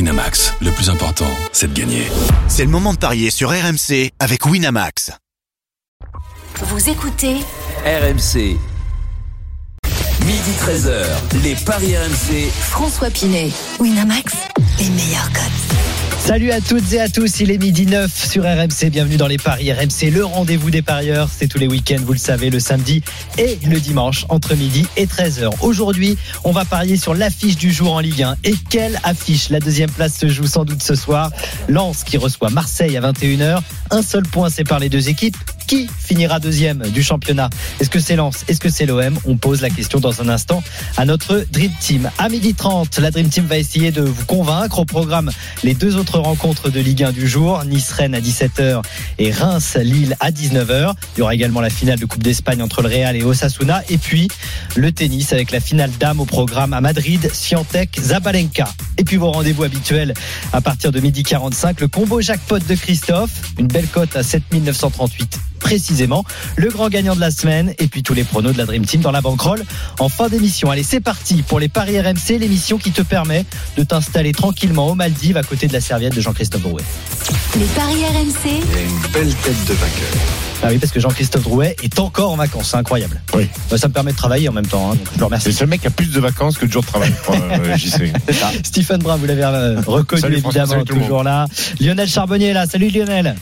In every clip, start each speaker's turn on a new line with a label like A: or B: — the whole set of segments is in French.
A: Winamax, le plus important, c'est de gagner.
B: C'est le moment de parier sur RMC avec Winamax.
C: Vous écoutez
D: RMC. Midi 13h, les Paris RMC.
C: François Pinet. Winamax, les meilleurs codes.
E: Salut à toutes et à tous, il est midi 9 sur RMC, bienvenue dans les Paris RMC, le rendez-vous des parieurs, c'est tous les week-ends, vous le savez, le samedi et le dimanche, entre midi et 13h. Aujourd'hui, on va parier sur l'affiche du jour en Ligue 1. Et quelle affiche La deuxième place se joue sans doute ce soir, Lens qui reçoit Marseille à 21h, un seul point sépare les deux équipes, qui finira deuxième du championnat Est-ce que c'est Lens Est-ce que c'est l'OM On pose la question dans un instant à notre Dream Team. À midi 30, la Dream Team va essayer de vous convaincre au programme les deux autres rencontres de Ligue 1 du jour, Nice-Rennes à 17h et Reims-Lille à 19h. Il y aura également la finale de Coupe d'Espagne entre le Real et Osasuna et puis le tennis avec la finale d'âme au programme à Madrid, Scientec, Zabalenka. Et puis vos rendez-vous habituels à partir de midi 45, le combo jackpot de Christophe, une belle cote à 7938 précisément le grand gagnant de la semaine et puis tous les pronos de la Dream Team dans la banquerolle en fin d'émission. Allez, c'est parti pour les Paris RMC, l'émission qui te permet de t'installer tranquillement aux Maldives à côté de la serviette de Jean-Christophe Drouet.
C: Les Paris RMC,
E: Ah oui, parce que Jean-Christophe Drouet est encore en vacances, c'est incroyable.
F: Oui.
E: Bah, Ça me permet de travailler en même temps, hein, donc je le
F: C'est
E: remercie.
F: le seul mec qui a plus de vacances que de jours de travail, je crois, euh, JC.
E: Stephen Brun, vous l'avez euh, reconnu
F: Salut, François,
E: évidemment,
F: salut tout le
E: toujours là. Lionel Charbonnier est là, salut Lionel.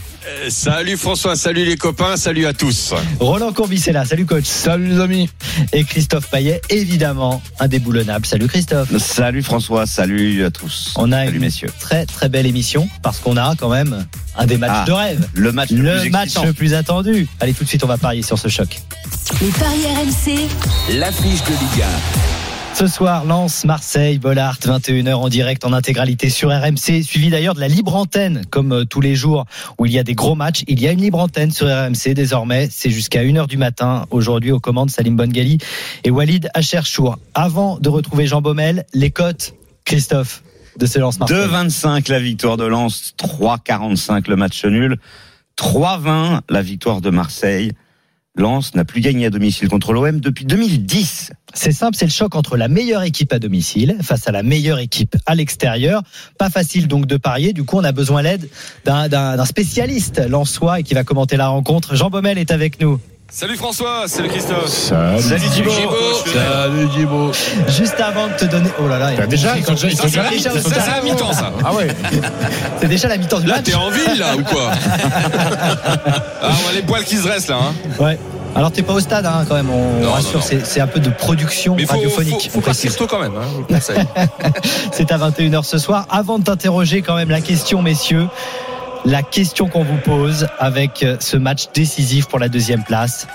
G: Salut François, salut les copains, salut à tous.
E: Roland Courbis est là, salut coach. Salut les amis. Et Christophe Payet, évidemment, indéboulonnable. Salut Christophe.
H: Salut François, salut à tous.
E: On a
H: salut
E: une
H: messieurs.
E: très très belle émission parce qu'on a quand même un des matchs
H: Ah,
E: de rêve.
H: Le match le,
E: Le
H: plus
E: match
H: excitant.
E: le plus attendu. Allez, tout de suite, on va parier sur ce choc.
C: les Paris RMC,
D: L'affiche de Liga.
E: Ce soir, Lens, Marseille, Bollard, 21h en direct en intégralité sur RMC, suivi d'ailleurs de la libre antenne, comme euh, tous les jours où il y a des gros matchs. Il y a une libre antenne sur RMC désormais, c'est jusqu'à 1h du matin. Aujourd'hui, aux commandes, Salim Bongali et Walid Acherchour. Avant de retrouver Jean Baumel, les cotes, Christophe, de ce Lens Marseille.
H: 2,25 la victoire de Lens, 3,45 le match nul, 3,20 la victoire de Marseille. Lens n'a plus gagné à domicile contre l'OM depuis 2010.
E: C'est simple, c'est le choc entre la meilleure équipe à domicile face à la meilleure équipe à l'extérieur. Pas facile donc de parier. Du coup, on a besoin l'aide d'un- d'un d'un spécialiste lensois et qui va commenter la rencontre. Jean Baumel est avec nous.
G: Salut François, salut Christophe.
F: Salut.
G: Thibaut.
F: Salut Thibaut.
E: Juste avant de te donner. Oh là là,
G: Bah,
F: T'as déjà, ils sont déjà, ils sont
G: Ça, c'est
F: déjà-
G: la mi- ça, c'est la mi-temps, ça.
F: Ah ouais.
E: c'est déjà la mi-temps du
G: Là,
E: match.
G: t'es en ville, là, ou quoi Ah, on a les poils qui se dressent, là. hein.
E: Ouais. Alors t'es pas au stade hein, quand même. On
G: Non,
E: rassure,
G: non, non.
E: c'est c'est un peu de production
G: Mais faut, faut,
E: radiophonique.
G: faut
E: on
G: partir
E: précise.
G: tôt quand même, hein, je vous conseille.
E: C'est à 21h ce soir. Avant de t'interroger quand même la question, messieurs, la question qu'on vous pose avec euh, ce match décisif pour la deuxième place.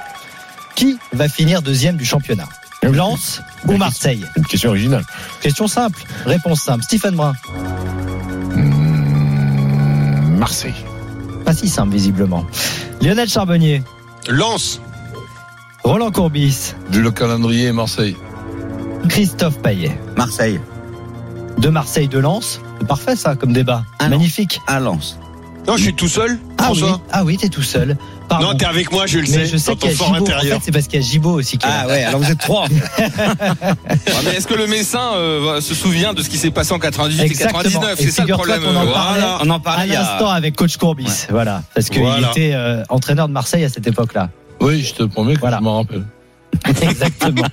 E: Qui va finir deuxième du championnat
F: Eh
E: Lens ou Marseille
F: Une question originale.
E: Question simple, réponse simple. Stephen Brun,
F: Hmm, Marseille.
E: pas si simple visiblement. Lionel Charbonnier,
G: Lance.
E: Roland Courbis,
I: Vu le calendrier, Marseille.
E: Christophe Payet.
H: Marseille
E: De Marseille, de Lens, c'est parfait ça comme débat.
H: Ah non.
E: Magnifique.
H: à Lens.
G: Non, je suis tout seul,
E: Ah oui,
G: François.
E: ah oui, t'es tout seul. Pardon.
G: Non, t'es avec moi, je le
E: mais
G: sais,
E: je sais
G: dans ton
E: qu'il y a
G: fort
E: Gibaud. En
G: intérieur.
E: fait, c'est parce qu'il y a Gibaud aussi qui est là.
H: ouais, alors vous êtes trois.
G: Ah, mais est-ce que le médecin euh, va- se souvient de ce qui s'est passé en 98
E: Exactement.
G: et 99
E: Et
G: C'est ça le
E: figure-toi
G: problème.
E: qu'on en
G: euh,
E: parlait.
G: voilà. ah.
H: On en
E: à
H: parlait il y a-
E: l'instant avec coach Courbis, voilà, parce qu'il
G: Voilà.
E: était euh, entraîneur de Marseille à cette époque-là.
I: Oui, je te promets que
E: Voilà.
I: je m'en rappelle.
E: Exactement.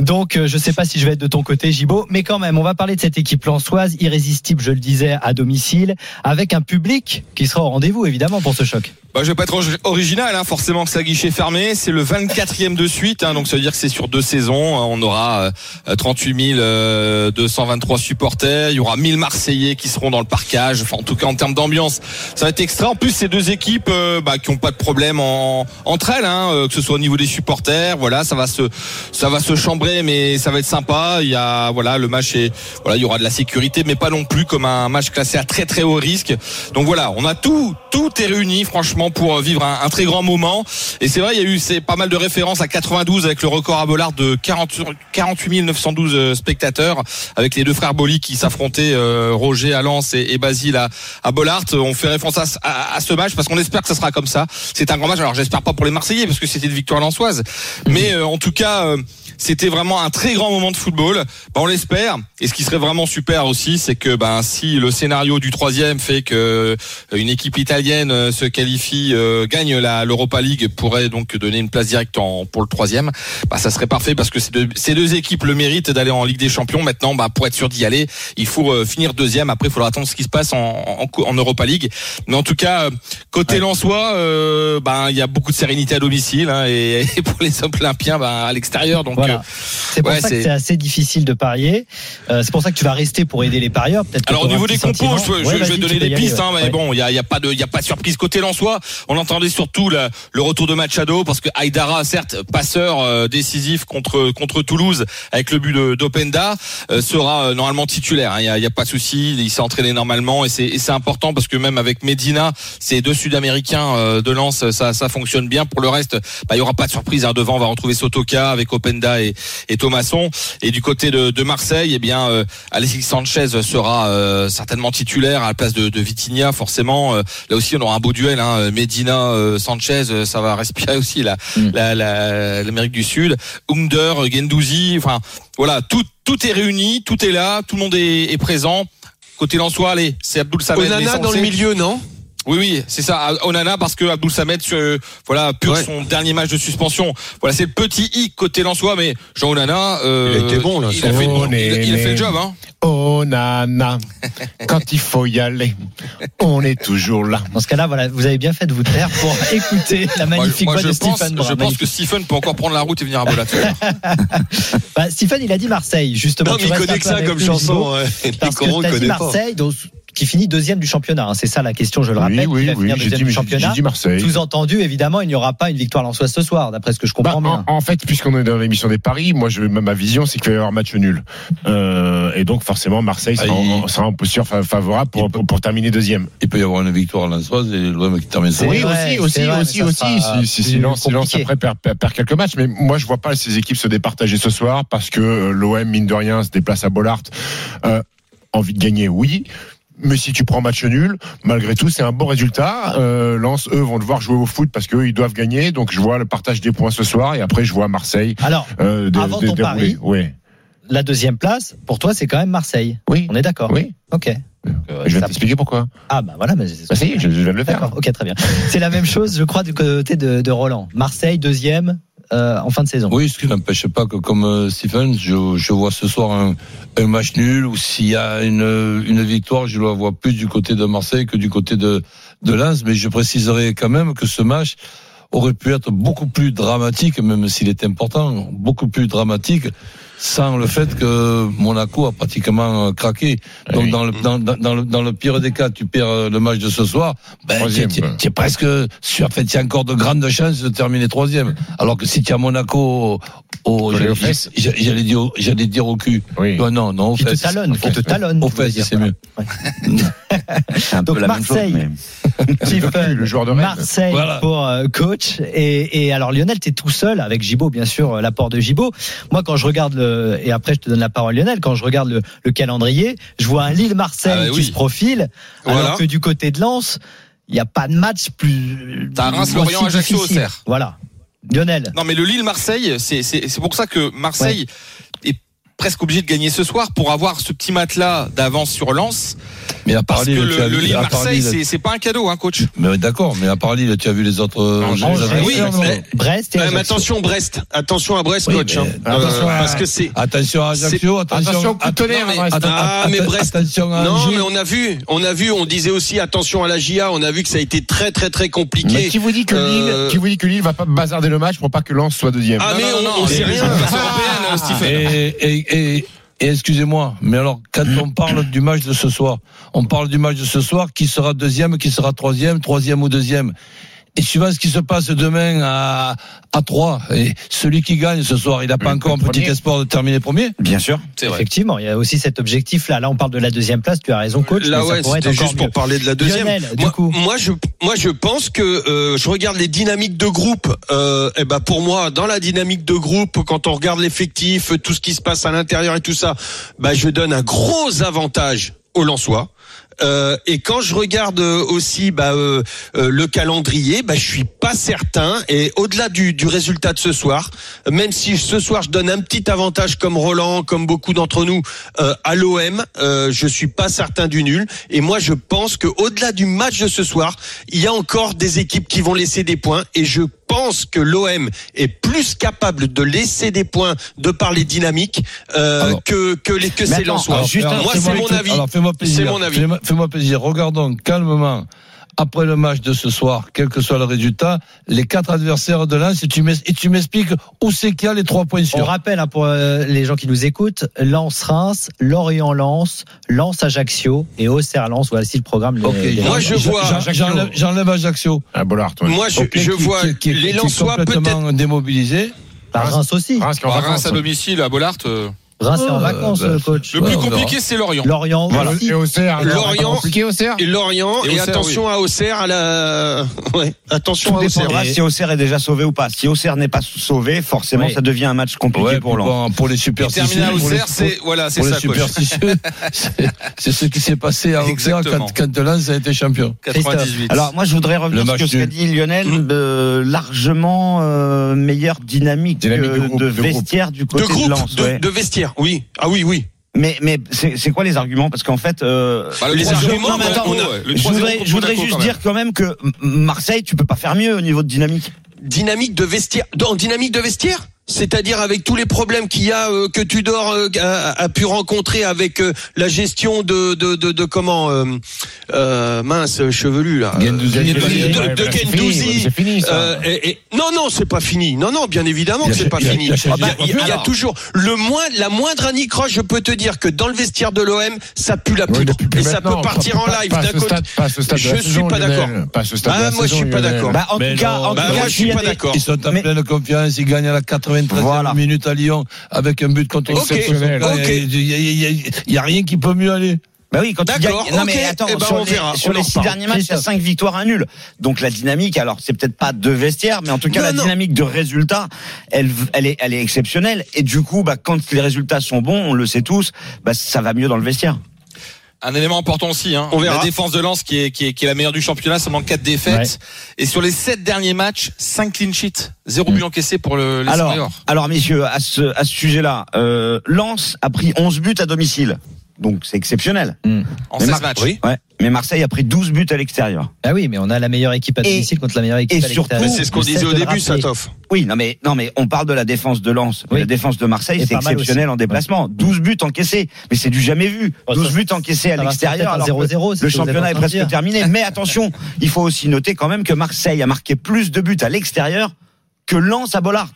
E: Donc, euh, je sais pas si je vais être de ton côté, Gibaud, mais quand même, on va parler de cette équipe lançoise, irrésistible, je le disais, à domicile, avec un public qui sera au rendez-vous, évidemment, pour ce choc.
G: Bah, je vais pas être orig- original, hein, forcément que ça guichet fermé. C'est le 24e de suite, hein, donc ça veut dire que c'est sur deux saisons. hein, On aura euh, 38 000, euh, 223 supporters. Il y aura 1000 Marseillais qui seront dans le parcage. Enfin, en tout cas, en termes d'ambiance, ça va être extra. En plus, ces deux équipes euh, bah, qui ont pas de problème en, entre elles, hein, euh, que ce soit au niveau des supporters. Voilà, ça va se ça va se chambrer, mais ça va être sympa. Il y a voilà le match est voilà, il y aura de la sécurité, mais pas non plus comme un match classé à très très haut risque. Donc voilà, on a tout tout est réuni, franchement. franchement, pour euh, vivre un, un très grand moment. Et c'est vrai, il y a eu c'est pas mal de références à 92 avec le record à Bollard de 40, 48 912 euh, spectateurs, avec les deux frères Boli qui s'affrontaient, euh, Roger à Lens et, et Basile à, à Bollard. On fait référence à, ce- à- à ce match parce qu'on espère que ça sera comme ça. C'est un grand match. Alors j'espère pas pour les Marseillais parce que c'était une victoire lensoise, mais euh, en tout cas. euh, c'était vraiment un très grand moment de football. Ben, on l'espère. Et ce qui serait vraiment super aussi, c'est que ben si le scénario du troisième fait que une équipe italienne euh, se qualifie, euh, gagne la l'Europa League, pourrait donc donner une place directe en, pour le troisième. Bah, ça serait parfait parce que ces deux, ces deux équipes le méritent d'aller en Ligue des Champions. Maintenant, bah, pour être sûr d'y aller, il faut euh, finir deuxième. Après, il faudra attendre ce qui se passe en, en, cou- en Europa League. Mais en tout cas, euh, côté Lensois, euh, ben, il y a beaucoup de sérénité à domicile hein, et, et pour les Olympiens, ben, à l'extérieur. Donc
E: Voilà.
G: euh,
E: C'est pour
G: ouais,
E: ça que
G: c'est-
E: c'est assez difficile de parier. Euh, c'est pour ça que tu vas rester pour aider les parieurs. Peut-être que
G: Alors au
E: t'auras
G: niveau
E: un
G: des
E: petit
G: compos,
E: sentiment.
G: je, je-
E: Ouais,
G: je vais
E: vas-y,
G: donner
E: tu peux
G: des
E: y aller,
G: pistes, hein,
E: ouais.
G: mais bon, il n'y a, il y a pas de, il y a pas de surprise côté Lensois. On entendait surtout la- le retour de Machado parce que Aydara, certes passeur euh, décisif contre contre Toulouse avec le but de- d'Openda, euh, sera euh, normalement titulaire. hein. Il n'y a, il y a pas de souci, il s'est entraîné normalement et c'est et c'est important parce que même avec Medina, ces deux Sud-Américains euh, de Lens, ça ça fonctionne bien. Pour le reste, bah, il y aura pas de surprise. hein. Devant, on va retrouver Sotoka avec Openda et, et Thomasson. Et du côté de, de Marseille, eh bien, euh, Alexis Sanchez sera euh, certainement titulaire à la place de, de Vitinha, forcément. Euh, là aussi, on aura un beau duel. Hein. Medina, euh, Sanchez, euh, ça va respirer aussi la
D: Mm.
G: la- la- l'Amérique du Sud. Under, Gendouzi, enfin voilà, tout tout est réuni, tout est là, tout le monde est, est présent. Côté Lensois, allez, c'est Abdoul Samed.
J: Onana dans le
G: l'essentiel.
J: milieu, non
G: Oui, oui, c'est ça. à- Onana parce que Abdul Samed, euh, voilà, pur
J: Ouais.
G: son dernier match de suspension. Voilà, c'est le petit hic côté Lensois, mais Jean Onana, euh,
J: Il était bon, là,
G: Il
J: ça
G: a
K: va.
G: fait,
K: On
G: il a- il a
K: est
G: fait
K: né.
G: le job, hein.
K: Oh nana, quand il faut y aller, on est toujours là.
E: Dans ce cas-là, voilà, vous avez bien fait de vous taire pour écouter la magnifique
G: moi,
E: voix
G: je
E: de
G: pense,
E: Stephen
G: je
E: Brun.
G: pense que
E: Magnifique.
G: Stephen peut encore prendre la route et venir à Bola.
E: Bah, Stephen, il a dit Marseille, justement.
J: Non,
E: Tu
J: mais il
E: restes un
J: connaît
E: peu
J: que ça
E: avec
J: comme
E: nous, Thibaut,
J: chanson. hein. Et
E: Parce que
J: Nicoron
E: t'as dit
J: connaît pas.
E: Marseille, donc, qui finit deuxième du championnat. hein. C'est ça la question, je le rappelle. qui va finir
K: j'ai
E: deuxième
K: dit,
E: du
K: j'ai- j'ai
E: championnat.
K: dit Marseille.
E: Sous-entendu, évidemment, il n'y aura pas une victoire lensoise ce soir, d'après ce que je
K: Bah,
E: comprends
K: en,
E: bien.
K: en fait, puisqu'on est dans l'émission des paris, moi, je, ma vision, c'est qu'il va y avoir un match nul. Euh, et donc, forcément, Marseille sera,
D: Ah, il-
K: en, sera en posture fa- favorable pour, pour, pour terminer deuxième.
D: Il peut y avoir une victoire lançoise et l'OM qui termine
E: C'est
D: ça.
E: Oui, vrai, aussi, aussi, c'est vrai, aussi, mais ça aussi. sera
K: Si, si,
E: plus
K: si Lens- si Lens,
E: compliqué.
K: après perd, perd- perd quelques matchs, mais moi, je vois pas ces équipes se départager ce soir parce que euh, l'OM, mine de rien, se déplace à Bollard. Euh, envie de gagner, oui. Mais si tu prends match nul, malgré tout, c'est un bon résultat. Euh, Lens, eux, vont devoir jouer au foot parce qu'eux, ils doivent gagner. Donc, je vois le partage des points ce soir et après, je vois Marseille
E: Alors,
K: euh, dé-
E: Avant
K: dé-
E: ton
K: dérouler.
E: pari.
K: Oui.
E: la deuxième place, pour toi, c'est quand même Marseille.
K: Oui.
E: On est d'accord
K: Oui.
E: Ok.
K: je vais
E: ça-
K: t'expliquer pourquoi.
E: Ah, bah voilà, mais c'est ce
K: Bah,
E: que
K: ça y est, je, je viens de le faire.
E: D'accord, ok, très bien. C'est la même chose, je crois, du côté de, de Roland. Marseille, deuxième, euh, en fin de saison.
D: Oui, ce qui n'empêche pas que, comme euh, Stephen, je, je vois ce soir un, un match nul ou s'il y a une, une victoire, je la vois plus du côté de Marseille que du côté de, de Lens. Mais je préciserai quand même que ce match aurait pu être beaucoup plus dramatique, même s'il est important, beaucoup plus dramatique, sans le fait que Monaco a pratiquement euh, craqué.
K: Ah
D: Donc
K: oui.
D: dans, le, dans, dans- dans le, dans le pire des cas, tu perds euh, le match de ce soir, ben, tu
K: Troisième, quoi.
D: es presque sûr, en fait, tu as encore de grandes chances de terminer troisième. Alors que si tu as Monaco au, au-
K: Collé
D: j'allais-
K: aux fesses.
D: j'allais j'allais dire, au- j'allais dire au cul.
K: Oui.
D: Non, non, non, aux
E: Qui te
D: fesses.
E: talonne, qui te talonne.
D: Aux
E: tu voulais
D: fesses,
E: dire,
D: c'est
E: voilà.
D: mieux.
H: C'est un
E: Donc,
H: peu la même chose,
E: Marseille.
H: mais
E: Stephen,
K: le joueur de Rennes.
E: Marseille
D: Voilà.
E: pour euh, coach. Et, et alors Lionel, tu es tout seul avec Gibaud, bien sûr, euh, l'apport de Gibaud. Moi, quand je regarde, le, et après je te donne la parole Lionel, quand je regarde le, le calendrier, je vois un Lille-Marseille
G: Ah, bah
E: qui
G: oui.
E: se profile, alors
G: Voilà.
E: que du côté de Lens, il n'y a pas de match plus...
G: T'as Reims,
E: aussi
G: Lorient, Ajaccio,
E: difficile.
G: Auxerre.
E: Voilà. Lionel,
G: Non, mais le Lille-Marseille, c'est c'est- c'est pour ça que Marseille est presque obligé de gagner ce soir pour avoir ce petit matelas d'avance sur Lens.
D: Mais à
G: Parce
D: Paris,
G: que
D: tu as
G: le,
D: vu-
G: le
D: à part
G: Lille-Marseille,
D: Lille-
G: c'est c'est pas un cadeau, hein, coach.
D: Mais d'accord, mais à Paris, tu as vu les autres.
K: Angers,
D: les autres-
G: oui,
D: non,
J: mais-
E: Brest et
J: Ouais, mais
E: Ajaccio.
J: attention Brest, attention à Brest
D: Oui,
J: coach,
D: mais-
J: hein. Euh,
K: attention à-
J: parce que c'est
D: Attention à Ajaccio, attention.
K: Attention, coup de tonnerre,
J: non, mais-
K: Brest.
D: Atten-
J: Ah, mais
D: atten-
J: Brest-
D: Attention à
J: non
D: Angers.
J: mais on a vu, on a vu, on disait aussi attention à la GIA, on a vu que ça a été très très très
K: Mais
J: compliqué.
K: qui vous dit que
J: Euh,
K: Lille, qui vous dit que Lille va pas bazarder le match pour pas que Lens soit deuxième
J: Ah
G: Non,
J: mais
G: non,
J: on,
G: non,
J: on
G: les
J: sait rien. hein,
G: résultats européennes, euh, Stephen.
D: Et, et- et- et excusez-moi, mais alors quand on parle du match de ce soir, on parle du match de ce soir, qui sera deuxième, qui sera troisième, troisième ou deuxième.
I: Et suivant ce qui se passe demain à, à 3, et celui qui gagne ce soir, il n'a pas
K: Le
I: encore un petit
K: premier.
I: espoir de terminer premier
H: Bien sûr.
L: C'est vrai.
E: Effectivement, il y a aussi cet objectif-là. Là, on parle de la deuxième place. Tu as raison, coach.
G: Là,
E: mais ça
G: ouais,
E: pourrait être
G: c'était
E: encore
G: juste pour
E: mieux.
G: parler de la deuxième.
E: Lionel, du
G: moi,
E: coup.
G: moi, je, moi, je pense que euh, je regarde les dynamiques de groupe. Euh, et ben, pour moi, dans la dynamique de groupe, quand on regarde l'effectif, tout ce qui se passe à l'intérieur et tout ça, bah, je donne un gros avantage aux Lensois. Euh, et quand je regarde euh, aussi bah, euh, euh, le calendrier, bah, je suis pas certain. Et au-delà du, du résultat de ce soir, même si ce soir je donne un petit avantage comme Roland, comme beaucoup d'entre nous, euh, à l'OM, euh, je suis pas certain du nul. Et moi, je pense que au-delà du match de ce soir, il y a encore des équipes qui vont laisser des points. Et je pense que l'OM est plus capable de laisser des points de par les dynamiques euh,
I: Alors.
G: que que les que c'est
H: attends,
G: Lensois.
H: alors, juste un-
G: Moi,
I: fais-moi
G: c'est mon
I: écoute-
G: avis.
I: Alors, fais-moi plaisir.
G: C'est mon avis.
I: Fais-moi fais-moi plaisir. Regardons calmement. Après le match de ce soir, quel que soit le résultat, les quatre adversaires de Lens, et tu m'es- et tu m'expliques où c'est qu'il y a les trois points
E: On
I: sûrs.
E: rappelle hein, pour euh, les gens qui nous écoutent, Lens-Reims, Lorient-Lens, Lens-Ajaccio et Auxerre-Lens. Voilà, si le programme. les-
I: Ok,
E: les-
G: Moi, je
I: J'en-
G: vois-
I: j'en- J'enlève j'enlève Ajaccio.
K: À Bollard, ouais.
G: Moi, je,
I: Ok,
G: je
I: qui-
G: vois
I: qui- qui- qui
G: les
I: est
G: Lensois peut-être.
I: complètement démobilisé.
E: Bah, Reims aussi.
K: Reims qui est en
L: Bah,
K: vacances.
L: Reims à domicile à Bollard. euh,
E: Reims est en
I: Euh,
E: vacances,
I: bah,
E: euh, coach.
L: Le
I: Ouais,
L: plus
I: on verra.
L: compliqué, c'est Lorient.
E: Lorient
K: Voilà.
E: aussi.
K: Et Auxerre.
G: Lorient.
K: alors, pas Compliqué Auxerre.
G: Et Lorient,
L: Et
G: et,
L: Auxerre,
G: attention à Auxerre, à la. Ouais, attention
H: Tout
G: à Auxerre.
H: dépendra si Auxerre est déjà sauvé ou pas. Si Auxerre n'est pas sauvé, forcément,
E: Oui.
H: ça devient un match compliqué
I: Ouais,
H: pour Lens.
I: pour les superstitieux.
L: Terminé à
I: pour les-
L: Auxerre, c'est voilà, c'est
I: pour les
L: ça. coach.
I: superstitieux, c'est c'est ce qui s'est passé à Auxerre
L: Exactement.
I: quand, quand Lens a été champion.
L: 98.
H: Alors moi je voudrais revenir
I: Le
H: sur ce
I: match
H: que dit Lionel, de largement euh, meilleure dynamique,
K: Dynamique
H: euh,
K: de groupe,
H: de,
K: de groupe.
H: vestiaire du
G: De
H: côté de,
G: groupe,
H: Lens.
G: de,
H: ouais.
G: de vestiaire, oui. Ah oui, oui.
H: Mais mais c'est c'est quoi les arguments Parce qu'en fait, euh,
L: Bah, le
G: les
L: troisième
G: arguments,
L: contre
G: mais attends,
L: Monaco,
G: on a-
L: ouais. Le
H: je
L: troisième
H: voudrais,
L: contre
H: je voudrais
L: Monaco,
H: juste
L: quand même.
H: dire quand même que M- Marseille, tu peux pas faire mieux au niveau de dynamique.
G: Dynamique de vestiaire. Dans dynamique de vestiaire c'est-à-dire avec tous les problèmes qu'il y a euh, que Tudor euh, a, a pu rencontrer avec euh, la gestion de de, de, de comment euh, euh, mince chevelu là. euh,
I: Guendouzi.
G: de,
I: Guendouzi.
G: de- de
K: Ouais, c'est
G: Guendouzi.
K: fini, c'est fini, ça.
G: Euh, et- et- non non c'est pas fini. Non non bien évidemment
I: Il y
G: que
I: a-
G: c'est pas
I: il y a-
G: fini.
I: il y a-
G: Ah bah, Il y a- il y a
L: Alors.
G: toujours le moins la moindre anicroche. Je peux te dire que dans le vestiaire de l'OM ça pue la
K: Oui,
G: poudre
K: depuis-
G: et
K: plus
G: ça
K: maintenant,
G: peut partir en
K: pas-
G: live
K: pas à
G: d'un
K: ce
G: côté.
K: stade- pas à ce stade de
G: Je
K: la
G: suis
K: saison,
G: pas d'accord.
K: Lionel. Pas à ce stade de
G: Ah,
K: la
G: moi, je
K: saison,
G: suis pas
K: Lionel.
G: d'accord.
H: Bah, en
I: Mais
H: tout cas,
I: non.
H: en
G: Bah,
H: tout
G: moi,
H: cas,
G: je
H: il
G: suis
H: y
G: pas
H: avait-
G: d'accord.
I: Ils sont en
H: Mais-
I: pleine confiance, ils gagnent à la 93e
H: Voilà.
I: minute à Lyon avec un but contre
G: Ok,
I: exceptionnel.
G: ok.
I: Il y a- il y a- il y a rien qui peut mieux aller.
H: Bah oui, quand tu
G: D'accord,
H: gagnes- Non
G: ok,
H: mais attends,
G: eh ben,
H: sur
G: on
H: les,
G: verra,
H: sur
G: on
H: les
G: en
H: six
G: reparle.
H: derniers matchs, il y a
E: Christophe.
H: cinq victoires, un nul. Donc la dynamique, alors c'est peut-être pas deux vestiaires, mais en tout cas
G: Non,
H: la
G: non.
H: dynamique de résultats, elle, elle est, elle est exceptionnelle. Et du coup, bah quand les résultats sont bons, on le sait tous, bah ça va mieux dans le vestiaire.
L: Un élément important aussi, hein.
G: On verra.
L: la défense de Lens qui est, qui, est, qui est la meilleure du championnat, seulement 4 défaites. Et sur les 7 derniers matchs, 5 clean sheets, 0 but encaissé pour le les
H: Alors,
L: seniors.
H: alors messieurs, à ce, à ce sujet-là, euh, Lens a pris 11 buts à domicile. Donc c'est exceptionnel.
L: en
H: mais
L: 16
H: Mar-
L: matchs.
H: Ouais. Mais Marseille a pris 12 buts à l'extérieur.
E: Ah oui, mais on a la meilleure équipe à
H: Et-
E: domicile contre la meilleure équipe
H: et
E: à l'extérieur.
H: surtout-
G: Mais c'est ce qu'on
E: Je sais
G: disait au
E: de le
G: début,
E: rappeler.
G: Satoff.
H: Oui, non mais non mais on parle de la défense de Lens. Mais
E: Oui.
H: La défense de Marseille,
E: Et
H: c'est
E: pas mal
H: exceptionnel
E: aussi.
H: en déplacement. 12 buts encaissés, mais c'est du jamais vu.
E: Oh, ça-
H: 12 buts encaissés à
E: ça va
H: l'extérieur.
E: peut-être un
H: alors que
E: 0-0, c'est
H: Le
E: ce que vous êtes en
H: championnat est
E: train de
H: presque
E: dire.
H: terminé. Mais attention, il faut aussi noter quand même que Marseille a marqué plus de buts à l'extérieur que Lens à Bollard.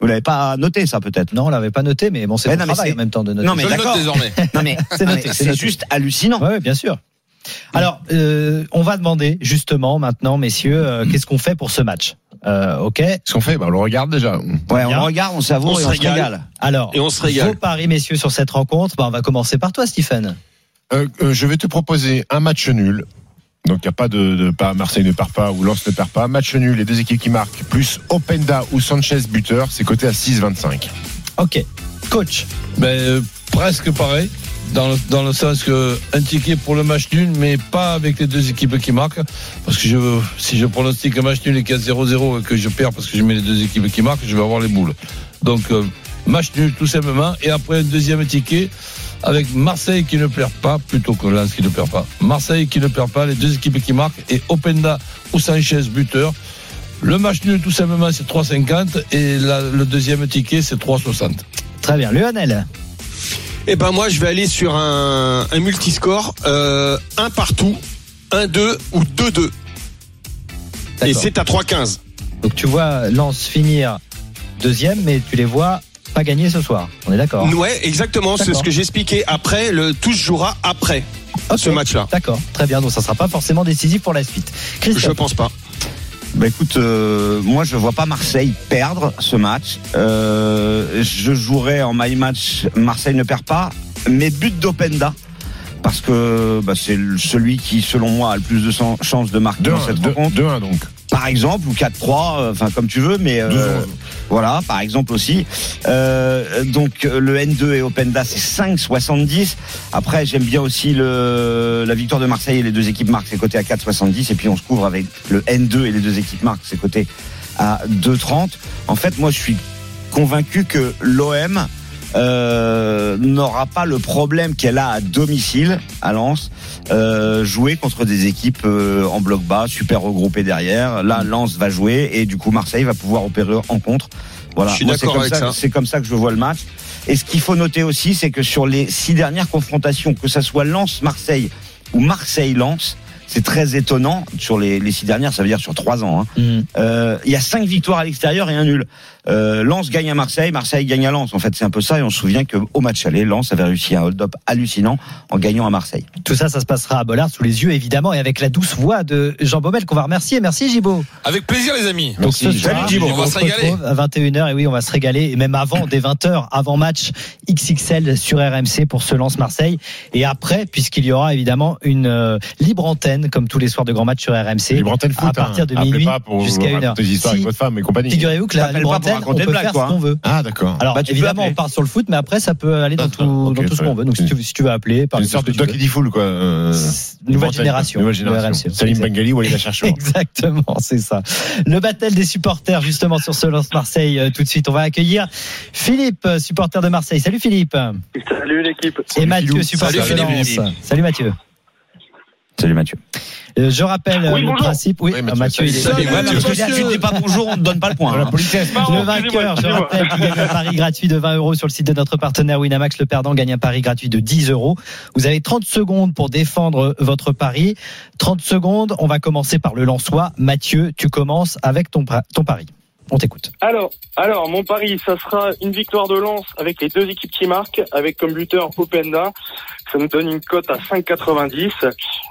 H: Vous l'avez pas noté ça peut-être.
E: Non, on l'avait pas noté, mais bon, c'est
H: Mais
E: mon
H: non, mais
E: travail
H: c'est-
E: en même temps de noter.
H: Non,
L: Je
H: mais
L: le note
H: d'accord.
L: désormais.
H: Non mais
E: C'est
H: non,
E: noté,
H: mais
E: c'est
H: c'est
E: noté.
H: juste hallucinant.
E: Ouais, ouais, bien sûr.
H: Mm.
E: Alors, euh, on va demander justement maintenant, messieurs, euh, qu'est-ce qu'on fait pour ce match Euh, Ok.
K: Ce qu'on fait, bah, on le regarde déjà.
H: Ouais, on
E: Bien.
H: le regarde, on savoure
G: On
H: et
G: se
H: on se
G: régale.
H: régale.
E: Alors,
G: Et on se régale.
E: vos paris, messieurs, sur cette rencontre. Bah, on va commencer par toi, Stephen.
K: Euh, euh, je vais te proposer un match nul. Donc il n'y a pas de, de pas Marseille ne perd pas ou Lens ne perd pas. Match nul, les deux équipes qui marquent, plus Openda ou Sanchez buteur, c'est coté à 6,25.
E: Ok. Coach.
I: Ben, euh, presque pareil, dans le, dans le sens que un ticket pour le match nul, mais pas avec les deux équipes qui marquent. Parce que je, si je pronostique un match nul et qu'il y a 0-0 et que je perds parce que je mets les deux équipes qui marquent, je vais avoir les boules. Donc, euh, match nul tout simplement. Et après, un deuxième ticket avec Marseille qui ne perd pas, plutôt que Lens qui ne perd pas. Marseille qui ne perd pas, les deux équipes qui marquent, et Openda ou Sanchez buteur. Le match nul, tout simplement, c'est 3,50 et la- le deuxième ticket, c'est 3,60.
E: Très bien. Lionel.
G: Eh ben moi je vais aller sur un, un multiscore, euh, un partout, un 2 ou 2-2. Et
E: D'accord.
G: c'est à 3-15.
E: Donc, tu vois Lance finir deuxième, mais tu les vois pas gagner ce soir. On est d'accord
G: Ouais, exactement, c'est
E: D'accord.
G: ce que j'expliquais. Après, le tout se jouera après
E: Ok.
G: ce match-là.
E: D'accord. Très bien. Donc, ça sera pas forcément décisif pour la suite.
G: Je
E: Christophe.
G: pense pas.
H: Bah écoute, euh, moi je vois pas Marseille perdre ce match. Euh, je jouerai en my match. Marseille ne perd pas, mais but d'Openda. Parce que bah, c'est le- celui qui, selon moi, a le plus de chan- chances de marquer dans
K: 2-1,
H: cette
K: deux-
H: rencontre.
K: 2-1 donc.
H: Par exemple, ou 4-3, euh, enfin comme tu veux, mais euh,
K: 2-1.
H: voilà, par exemple aussi. Euh, donc euh, le N2 et Openda, c'est 5,70. Après, j'aime bien aussi le, la victoire de Marseille et les deux équipes marques, c'est coté à 4,70. Et puis on se couvre avec le N2 et les deux équipes marques, c'est coté à 2,30. En fait, moi, je suis convaincu que l'OM euh, n'aura pas le problème qu'elle a à domicile à Lens euh, jouer contre des équipes euh, en bloc bas super regroupées derrière
G: Mm.
H: là Lens va jouer et du coup Marseille va pouvoir opérer en contre voilà
G: Je suis
H: Moi, c'est
G: d'accord
H: comme
G: avec ça.
H: c'est comme ça que je vois le match et ce qu'il faut noter aussi c'est que sur les six dernières confrontations que ça soit Lens Marseille ou Marseille Lens c'est très étonnant sur les, les six dernières ça veut dire sur trois ans hein, euh, il y a cinq victoires à l'extérieur et un nul. Euh, Lens gagne à Marseille, Marseille gagne à Lens. En fait, c'est un peu ça. Et on se souvient qu'au match aller, Lens avait réussi un hold-up hallucinant en gagnant à Marseille.
E: Tout ça, ça se passera à Bollard sous les yeux, évidemment, et avec la douce voix de Jean Baumel qu'on va remercier. Merci Gibaud.
L: Avec plaisir, les amis.
E: Donc ce soir,
L: Salut, Gibaud. On va se régaler.
E: retrouve à 21h et oui, on va se régaler et même avant dès 20h avant match XXL sur RMC pour ce lance Marseille et après puisqu'il y aura évidemment une euh, libre antenne comme tous les soirs de grands matchs sur RMC
K: Libre antenne foot.
E: à partir de
K: hein. Appelez
E: minuit
K: pas pour
E: jusqu'à
K: raconter
E: 1 heure.
K: des histoires
E: Si,
K: avec votre femme et compagnie.
E: Figurez-vous que la
H: T'appelles
E: libre
H: pas pour
E: antenne on
H: raconter
E: peut
H: une blague,
E: faire
H: quoi,
E: ce qu'on veut.
K: Ah d'accord.
E: Alors
H: Bah, tu peux
E: évidemment on
H: appeler.
E: part sur le foot mais après ça peut aller dans
K: D'accord,
E: tout
K: ok,
E: dans tout ce
K: très
E: qu'on veut. Donc si tu, si tu veux appeler par
K: Une sorte de Doc Eddie Fool quoi. euh,
E: Nouvelle
K: antenne.
E: génération.
K: Nouvelle
E: de
K: génération.
E: RMC.
K: Salim Bengali, Walid Acharchour.
E: Exactement, c'est ça. Le battle des supporters, justement, sur ce lance Marseille, euh, tout de suite. On va accueillir Philippe, euh, supporter de Marseille. Salut Philippe.
D: Salut l'équipe.
E: Et Mathieu,
K: Philou.
E: supporter
L: Salut,
E: de
L: Philippe.
E: Lens. Salut Mathieu.
H: Salut Mathieu.
E: Euh, Je rappelle euh,
D: Oui,
E: le
D: bonjour.
E: principe. Oui,
K: Oui,
E: euh,
K: Mathieu,
E: Mathieu, il est.
L: salut, Mathieu.
H: Parce que si tu ne dis pas bonjour, on ne te donne pas le point.
K: Voilà,
H: hein.
K: politesse.
E: Le vainqueur, je rappelle, qui gagne un pari gratuit de 20 euros sur le site de notre partenaire Winamax. Le perdant gagne un pari gratuit de 10 euros. Vous avez 30 secondes pour défendre votre pari. 30 secondes. On va commencer par le Lensois. Mathieu, tu commences avec ton, pra- ton pari. On t'écoute.
D: Alors, alors, mon pari, ça sera une victoire de lance avec les deux équipes qui marquent, avec comme buteur Openda. Ça nous donne une cote à 5,90.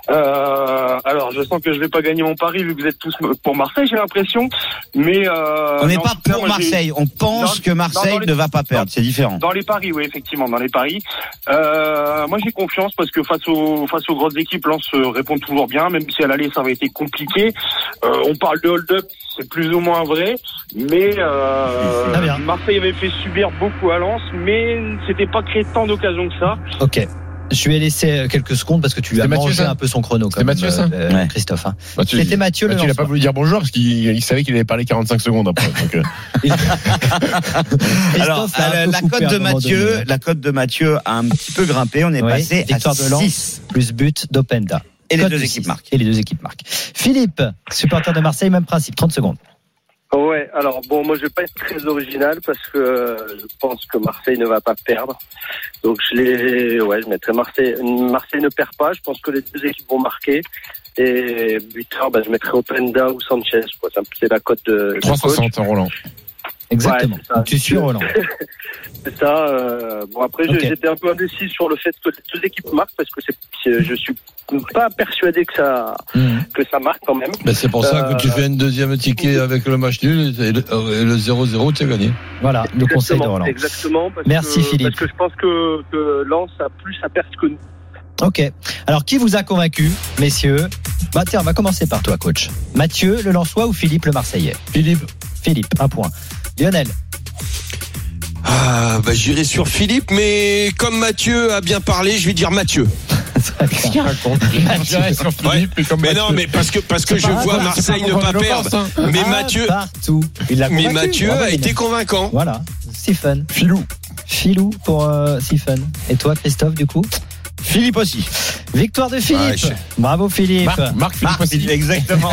D: Euh, alors, je sens que je vais pas gagner mon pari vu que vous êtes tous pour Marseille, j'ai l'impression. Mais euh,
H: on n'est
D: mais en
H: pas
D: tout cas,
H: pour
D: moi, j'ai-
H: Marseille. On pense
D: Dans-
H: que Marseille
D: dans les-
H: ne va pas perdre. C'est différent.
D: Dans les paris, oui, effectivement, dans les paris. Euh, moi, j'ai confiance parce que face aux face aux grosses équipes, Lens euh, répond toujours bien, même si à l'aller ça avait été compliqué. Euh, on parle de hold-up, c'est plus ou moins vrai, mais euh,
E: Très bien.
D: Marseille avait fait subir beaucoup à Lens, mais c'était pas créé tant d'occasions que ça.
E: Ok. Je lui ai laissé euh, quelques secondes parce que tu lui as
K: C'était Mathieu,
E: mangé
K: ça
E: un peu son chrono.
K: C'était
E: comme euh,
K: Mathieu, ça
H: Ouais.
E: Christophe. hein.
K: Mathieu,
E: C'était Mathieu le
H: Ah,
K: Mathieu, il n'a Ah, pas
E: Lensois.
K: voulu dire bonjour parce qu'il il savait qu'il avait parlé 45 secondes après. donc, euh,
H: Alors,
E: Christophe a un
H: euh,
E: peu
H: la
E: coupé à
H: cote
E: un
H: de
E: moment
H: Mathieu,
E: donné.
H: la cote de Mathieu a un petit peu grimpé. On est
E: Oui,
H: passé à
E: victoire de Lens.
H: 6
E: plus but d'Openda.
H: et les
E: Cote
H: deux
E: de
H: équipes
E: six.
H: marquent.
E: Et les deux équipes marquent. Philippe, supporter de Marseille, même principe, 30 secondes.
D: Ouais, alors bon, moi je vais pas être très original parce que euh, je pense que Marseille ne va pas perdre. Donc je les, ouais, je mettrai Marseille. Marseille ne perd pas. Je pense que les deux équipes vont marquer. Et buteur, bah, je mettrai Openda ou Sanchez. quoi. C'est un- C'est la cote de. de Euh, coach.
K: 360 en hein, Roland.
E: Exactement.
D: c'est ça.
E: Donc, tu suis Roland.
D: C'est ça. euh, bon après, je-
E: Ok.
D: j'étais un peu indécis sur le fait que les deux équipes marquent parce que c'est, c'est- je suis pas persuadé que ça,
E: Mhm.
D: que ça marque quand même.
I: Mais Ben, c'est pour ça
D: Euh,
I: que tu fais un deuxième ticket avec le match nul et le euh, et le 0-0, tu as gagné.
E: Voilà, le conseil de
D: Exactement,
E: Roland.
D: Exactement. parce
E: Merci,
D: que-
E: Philippe.
D: Parce que je pense que, que Lens a plus à perdre que nous.
E: Ok. Alors, qui vous a convaincu, messieurs Bah, tiens, on va commencer par toi, coach. Mathieu, le Lensois ou Philippe, le Marseillais Philippe. Philippe, un point. Lionel,
M: Ah, bah, j'irai sur Philippe, mais comme Mathieu a bien parlé, je vais dire Mathieu.
K: J'irai sur Philippe, mais comme
M: Mais
K: Mathieu-
M: non, mais parce que, parce que je
E: C'est pas grave,
M: vois
E: c'est pas
M: Marseille ne
K: contre
M: pas
K: le
M: perdre.
K: Corse, hein.
M: Mais
E: un
M: Mathieu,
E: partout. Il l'a
M: mais
E: convaincu.
M: Mathieu
E: Bravo,
M: a
E: Lionel.
M: été convaincant.
E: Voilà, Stephen.
K: Filou.
E: Philou pour euh, Stephen. Et toi, Christophe, du coup
H: Philippe aussi.
E: Victoire de
M: Ouais,
E: Philippe
M: je-
E: Bravo Philippe
K: Marc, Marc Philippe
H: Marc,
K: aussi.
H: exactement.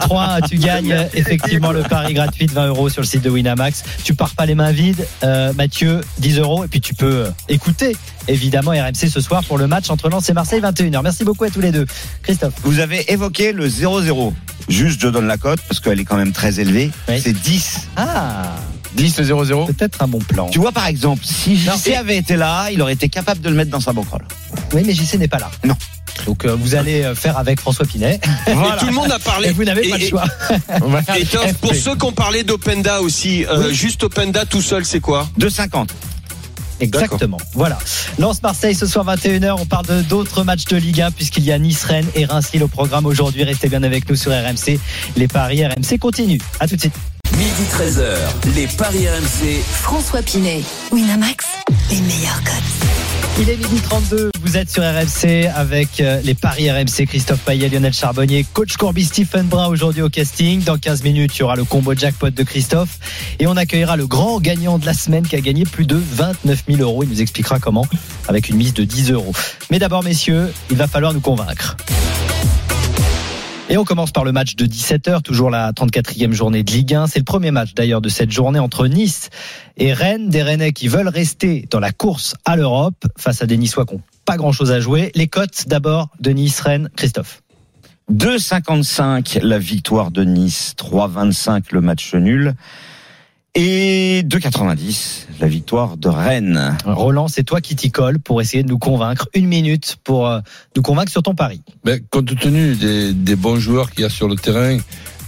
E: 3, tu gagnes euh, effectivement le pari gratuit de 20 euros sur le site de Winamax. Tu pars pas les mains vides, euh, Mathieu, 10 euros. Et puis tu peux euh, écouter évidemment RMC ce soir pour le match entre Lens et Marseille, 21h. Merci beaucoup à tous les deux. Christophe,
H: Vous avez évoqué le 0-0. Juste, je donne la cote parce qu'elle est quand même très élevée.
E: Oui.
H: C'est 10.
E: ah,
K: 10 0-0.
E: peut-être un bon plan.
H: Tu vois, par exemple, si
E: Non,
H: JC avait été là, il aurait été capable de le mettre dans sa banquerolle.
E: Oui, mais JC n'est pas là.
H: Non.
E: Donc euh, vous allez euh, faire avec François Pinet.
G: Et tout le monde a
E: Et
G: parlé.
E: vous n'avez pas
G: et-
E: le choix.
N: On va faire
G: Et tiens, pour
E: FP.
G: ceux qui ont parlé d'Openda aussi, euh, juste Openda tout seul, c'est quoi
H: 2,50.
E: Exactement. Voilà. Lance Marseille ce soir 21h. On parle de- d'autres matchs de Ligue 1 puisqu'il y a Nice, Rennes et Reims Lille au programme aujourd'hui. Restez bien avec nous sur RMC. Les paris RMC continuent. À tout de suite.
D: Midi 13h, les Paris RMC.
C: François Pinet, Winamax, les meilleurs codes.
E: Il est midi 32. Vous êtes sur RMC avec euh, les paris RMC. Christophe Payet, Lionel Charbonnier, coach Courby, Stephen Brun aujourd'hui au casting. Dans 15 minutes, il y aura le combo jackpot de Christophe et on accueillera le grand gagnant de la semaine qui a gagné plus de 29 000 euros. Il nous expliquera comment avec une mise de 10 euros. Mais d'abord, messieurs, il va falloir nous convaincre. Et on commence par le match de 17h, toujours la 34e journée de Ligue 1. C'est le premier match d'ailleurs de cette journée entre Nice et Rennes. Des Rennais qui veulent rester dans la course à l'Europe face à des Niçois qui n'ont pas grand-chose à jouer. Les cotes d'abord de Nice-Rennes, Christophe.
H: 2,55 la victoire de Nice, 3,25 le match nul et 2,90 la victoire de Rennes.
E: Roland, c'est toi qui t'y colle pour essayer de nous convaincre. Une minute pour euh, nous convaincre sur ton pari.
K: Mais compte tenu des, des bons joueurs qu'il y a sur le terrain,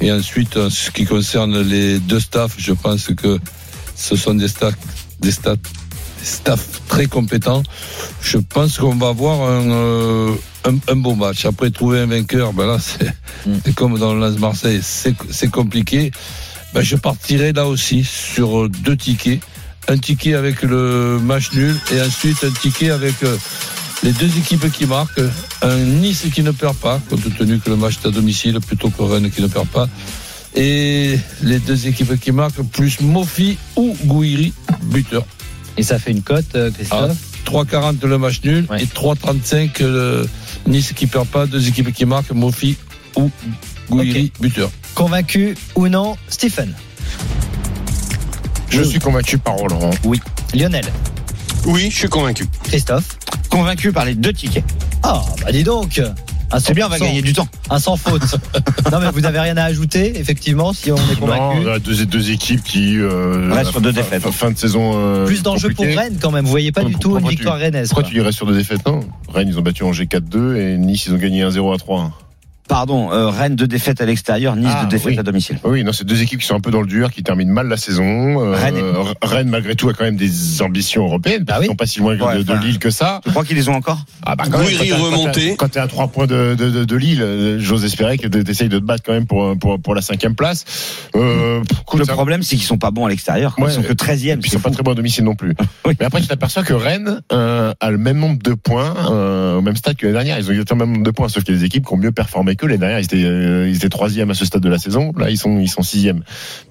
K: et ensuite, en ce qui concerne les deux staffs, je pense que ce sont des staffs, des staffs, des staffs très compétents. Je pense qu'on va avoir un, euh, un, un bon match. Après, trouver un vainqueur, ben là, c'est c'est comme dans le Lance Marseille, c'est c'est compliqué. Ben, je partirai là aussi sur deux tickets. Un ticket avec le match nul et ensuite un ticket avec euh, les deux équipes qui marquent. Un Nice qui ne perd pas, compte tenu que le match est à domicile, plutôt que Rennes qui ne perd pas. Et les deux équipes qui marquent, plus Mofi ou Gouiri, buteur.
E: Et ça fait une cote, euh, Christophe.
K: 3,40 le match nul
E: Ouais.
K: et 3,35 le Nice qui perd pas, deux équipes qui marquent, Mofi ou Gouiri, buteur.
N: Ah.
E: Convaincu ou non, Stephen.
N: Je suis convaincu par Roland.
E: Lionel,
G: Oui, je suis convaincu.
E: Christophe.
H: Convaincu par les deux tickets.
E: Ah, bah dis donc Ah,
H: C'est bien, on va gagner du temps.
E: Un sans faute. non, mais vous n'avez rien à ajouter, effectivement, si on est
N: Non,
E: convaincu.
N: on a deux, deux équipes qui. Euh,
H: Reste sur deux défaites.
N: Fin, fin de saison. euh,
E: Plus d'enjeux pour
N: compliquée.
E: Rennes, quand même. Vous voyez pas du
N: Pourquoi
E: tout une
N: tu-
E: victoire rennaise.
N: Pourquoi
E: quoi.
N: tu dirais sur deux défaites Non. Rennes, ils ont battu Angers 4-2 et Nice, ils ont gagné 1-0 à 3.
H: Pardon, euh, Rennes de défaite à l'extérieur, Nice
N: Ah,
H: de défaite
N: oui.
H: à domicile.
N: Ah Oui, non, c'est deux équipes qui sont un peu dans le dur, qui terminent mal la saison. Euh,
H: Rennes
N: Rennes, malgré tout, a quand même des ambitions européennes.
E: Bah
N: Ils
E: oui.
N: sont pas si loin que
H: Ouais,
N: de, de
H: enfin,
N: Lille que ça.
H: Je crois qu'ils les ont encore.
N: Ah bah
G: Gouiri
N: quand t'es à- quand t'es à-
G: remonté.
N: Quand t'es à trois points de, de, de- de Lille, euh, j'ose espérer que t'essayes de te battre quand même pour, pour, pour la cinquième place. Euh, écoute,
H: Le
N: ça-
H: problème, c'est qu'ils sont pas bons à l'extérieur. quoi.
N: Ouais.
H: Ils sont que 13e.
N: Et puis ils
H: c'est
N: sont pas
H: fou.
N: très bons à domicile non plus.
H: Oui.
N: Mais après, tu t'aperçois que Rennes euh, a le même nombre de points euh, au même stade que l'année dernière. Ils ont exactement le même nombre de points, sauf qu'il y a des équipes qui ont mieux performé que l'année dernière. Ils étaient, euh, ils étaient troisième à ce stade de la saison. Là, ils sont, ils sont sixième.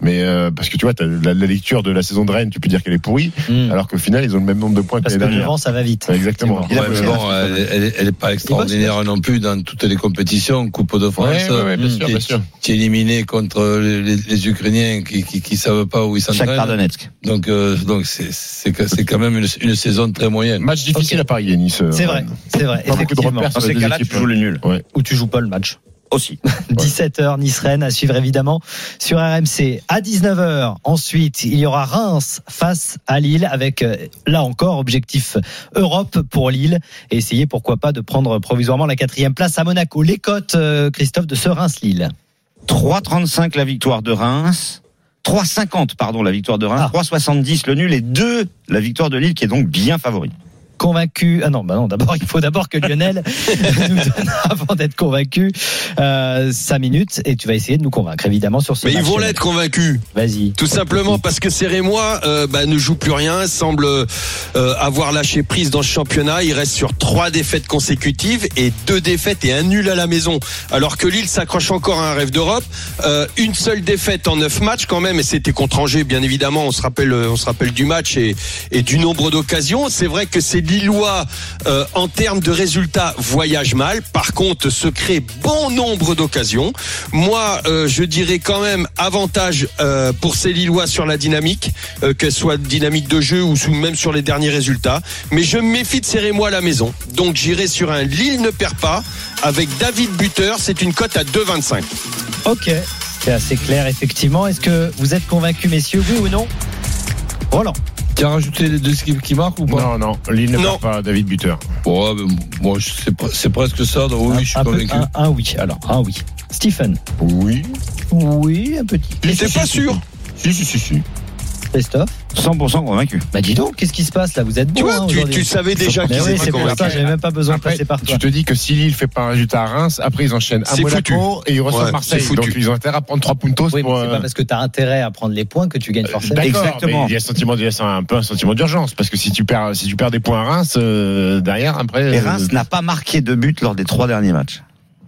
N: Mais euh, parce que tu vois, t'as la, la lecture de la saison de Rennes, tu peux dire qu'elle est pourrie,
E: Hmm.
N: alors qu'au final, ils ont le même nombre de points que
E: Parce
N: l'année
E: que
N: dernière. Bah,
E: devant, ça va vite.
N: Exactement.
H: Il a
K: Ouais, mais
H: bossé,
K: bon, elle, est- elle est- elle est pas extraordinaire non plus dans toutes les compétitions, Coupe de France.
N: Ouais, ouais, ouais, bien sûr,
K: T'es-
N: bien sûr.
K: t'es éliminé contre les, les- les Ukrainiens qui, qui, qui savent pas où ils
H: Shakhtar
K: s'entraînent.
H: Donetsk.
K: Donc, euh, donc c'est, c'est, que- c'est quand même une, une saison très moyenne.
N: Match difficile
E: Ok.
N: à Paris, Nice. euh,
E: C'est vrai,
N: Rennes.
E: c'est vrai.
N: Pas beaucoup de
E: effectivement.
N: repères sur
H: Dans
N: les deux
H: ces cas-là,
N: équipes. euh.
H: tu joues le nul.
N: Ouais.
E: Où tu joues pas le match.
H: Aussi.
E: 17h, Nice-Rennes à suivre évidemment sur RMC. À 19h, ensuite, il y aura Reims face à Lille avec, euh, là encore, objectif euh, Europe pour Lille et essayer, pourquoi pas, de prendre provisoirement la quatrième place à Monaco. Les cotes, euh, Christophe, de ce Reims-Lille.
H: 3,35 la victoire de Reims. 3,50 pardon la victoire de Reims.
E: Ah.
H: 3,70 le nul et 2 la victoire de Lille qui est donc bien favori.
E: Convaincu. Ah non, bah non, d'abord, il faut d'abord que Lionel nous donne, avant d'être convaincu, euh, 5 minutes et tu vas essayer de nous convaincre, évidemment, sur ce
G: Mais ils
E: match.
G: vont l'être convaincus.
E: Vas-y.
G: Tout simplement parce que Serré-moi bah, ne joue plus rien, semble euh, avoir lâché prise dans ce championnat. Il reste sur trois défaites consécutives et deux défaites et un nul à la maison. Alors que Lille s'accroche encore à un rêve d'Europe. Euh, une seule défaite en neuf matchs quand même, et c'était contre Angers, bien évidemment. On se rappelle, euh, on se rappelle du match et, et du nombre d'occasions. C'est vrai que ces Lillois, euh, en termes de résultats, voyagent mal. Par contre, se créent bon nombre d'occasions. Moi, euh, je dirais quand même avantage euh, pour ces Lillois sur la dynamique, euh, qu'elle soit dynamique de jeu ou sous- même sur les derniers résultats. Mais je me méfie de serrer moi à la maison. Donc j'irai sur un Lille ne perd pas avec David Buteur. C'est une cote à 2,25.
E: Ok, c'est assez clair, effectivement. Est-ce que vous êtes convaincu, messieurs, oui ou non Roland
I: Tu as rajouté les deux équipes qui marquent ou pas
K: Non, non, Lille ne marque pas David Buteur.
I: Bon, ouais, mais bon, je sais pas, c'est presque ça, donc oui, je
E: Un-
H: Ah,
I: suis
E: un, peu-
I: convaincu.
E: un- un oui, alors, un oui. Stephen.
K: Oui.
E: Oui, un petit.
M: Il était pas sûr.
G: Ah,
K: Si, si, si, si.
E: Christophe.
H: 100% convaincu.
E: Bah dis donc, qu'est-ce qui se passe là Vous êtes bon. hein,
M: Tu vois, tu- tu savais déjà qu'ils étaient
E: C'est pour
M: convaincus.
E: ça, j'avais même pas besoin de
K: Après,
E: passer par toi.
K: tu te dis que si Lille fait pas un résultat à Reims, après ils enchaînent à
M: C'est
K: Monaco et ils reçoivent
M: Ouais,
K: Marseille.
M: c'est foutu.
K: Donc ils ont intérêt à prendre 3 puntos
E: Oui, mais
K: pour.
E: c'est
K: euh,
E: pas parce que t'as intérêt à prendre les points que tu gagnes forcément.
K: D'accord,
H: Exactement.
K: mais il y a sentiment, il y a un peu un sentiment d'urgence parce que si tu perds, si tu perds des points à Reims euh, derrière, après.
H: Et
K: euh,
H: Reims n'a pas marqué de but lors des trois derniers matchs.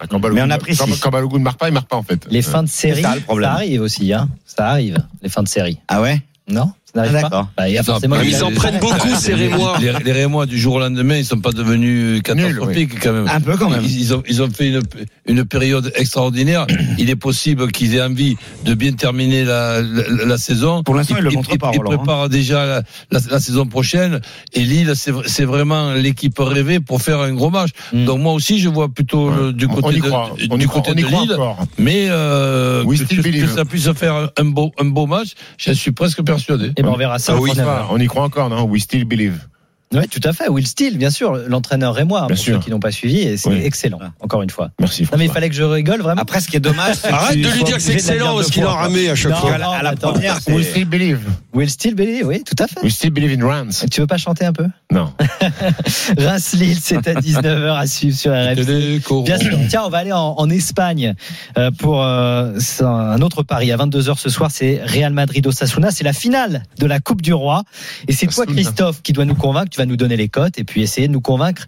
K: quand Balogun-
H: mais on apprécie.
K: Quand, quand Balogun ne marque pas, il marque pas en fait.
E: Les fins de série,
H: ça, le problème.
E: ça arrive aussi, hein. Ça arrive, les fins de série.
H: Ah ouais
E: Non Ça n'arrive
H: Ah,
E: pas
H: d'accord.
E: Bah, il y a
I: Non,
E: forcément
I: mais
E: une-
M: Ils en
I: les-
M: prennent beaucoup, ces Rémois.
I: Les, les Rémois, du jour au lendemain, ils sont pas devenus catastrophiques quand même.
H: Un
K: Ah,
H: peu quand même.
I: Ils, ils ont, ils ont fait une, une période extraordinaire. Il est possible qu'ils aient envie de bien terminer la, la, la saison.
H: Pour l'instant, ils le montrent pas,
I: Ils
H: Roland, hein.
I: préparent déjà la, la- la saison prochaine. Et Lille, c'est v- c'est vraiment l'équipe rêvée pour faire un gros match.
E: Mm.
I: Donc moi aussi, je vois plutôt le- du
K: on
I: côté
K: y
I: de,
K: croit.
I: du
K: on y croit,
I: côté
K: on y
I: de
K: croit
I: Lille.
K: encore.
I: Mais euh,
K: We
I: que,
K: still
I: que-
K: believe.
I: que ça puisse faire un beau, un beau match, je suis presque persuadé.
E: Eh ben, on verra ça.
K: Ah
E: au
K: oui,
E: final.
K: ça, on y croit encore, non We still believe.
E: Ouais, tout à fait. Will Steele, bien sûr, l'entraîneur et moi, hein,
K: Bien
E: pour
K: sûr.
E: ceux qui n'ont pas suivi, et c'est
K: Oui.
E: excellent, encore une fois.
K: Merci.
E: Non, mais il
K: François.
E: fallait que je rigole vraiment.
H: Ah. Après, ce qui est dommage, c'est que
M: Arrête
H: tu
M: de lui
H: sois
M: dire que c'est
H: obligé de la
M: excellent
H: dire
M: parce
H: deux
M: qu'il en
H: fois.
M: ramait à chaque
E: Non,
M: fois.
H: À la- à la
E: attends.
H: première, c'est-
K: We still believe.
E: Will Steele, Bailey, oui, tout à fait.
K: We still believe in Reims.
E: Tu veux pas chanter un peu
K: Non.
E: Reims Lille, c'est à 19h à suivre sur RMC. Bien sûr. Tiens, on va aller en, en Espagne euh, pour euh, c'est un- un autre pari. À 22h ce soir, c'est Real Madrid Osasuna. C'est la finale de la Coupe du Roi. Et c'est toi,
K: Osasuna.
E: Christophe, qui dois nous convaincre. Tu vas nous donner les cotes et puis essayer de nous convaincre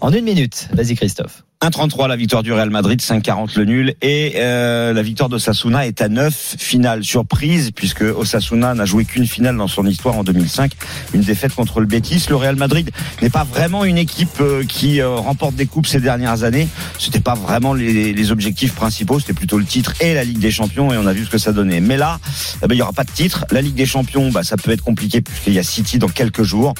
E: en une minute. Vas-y, Christophe.
H: 1,33 la victoire du Real Madrid, 5,40 le nul et euh, la victoire d'Osasuna est à 9 finale surprise puisque Osasuna n'a joué qu'une finale dans son histoire en 2005, une défaite contre le Betis. Le Real Madrid n'est pas vraiment une équipe euh, qui euh, remporte des coupes ces dernières années. C'était pas vraiment les, les objectifs principaux, c'était plutôt le titre et la Ligue des Champions et on a vu ce que ça donnait. Mais là, eh ben, il y aura pas de titre. La Ligue des Champions, bah, ça peut être compliqué puisqu'il y a City dans quelques jours.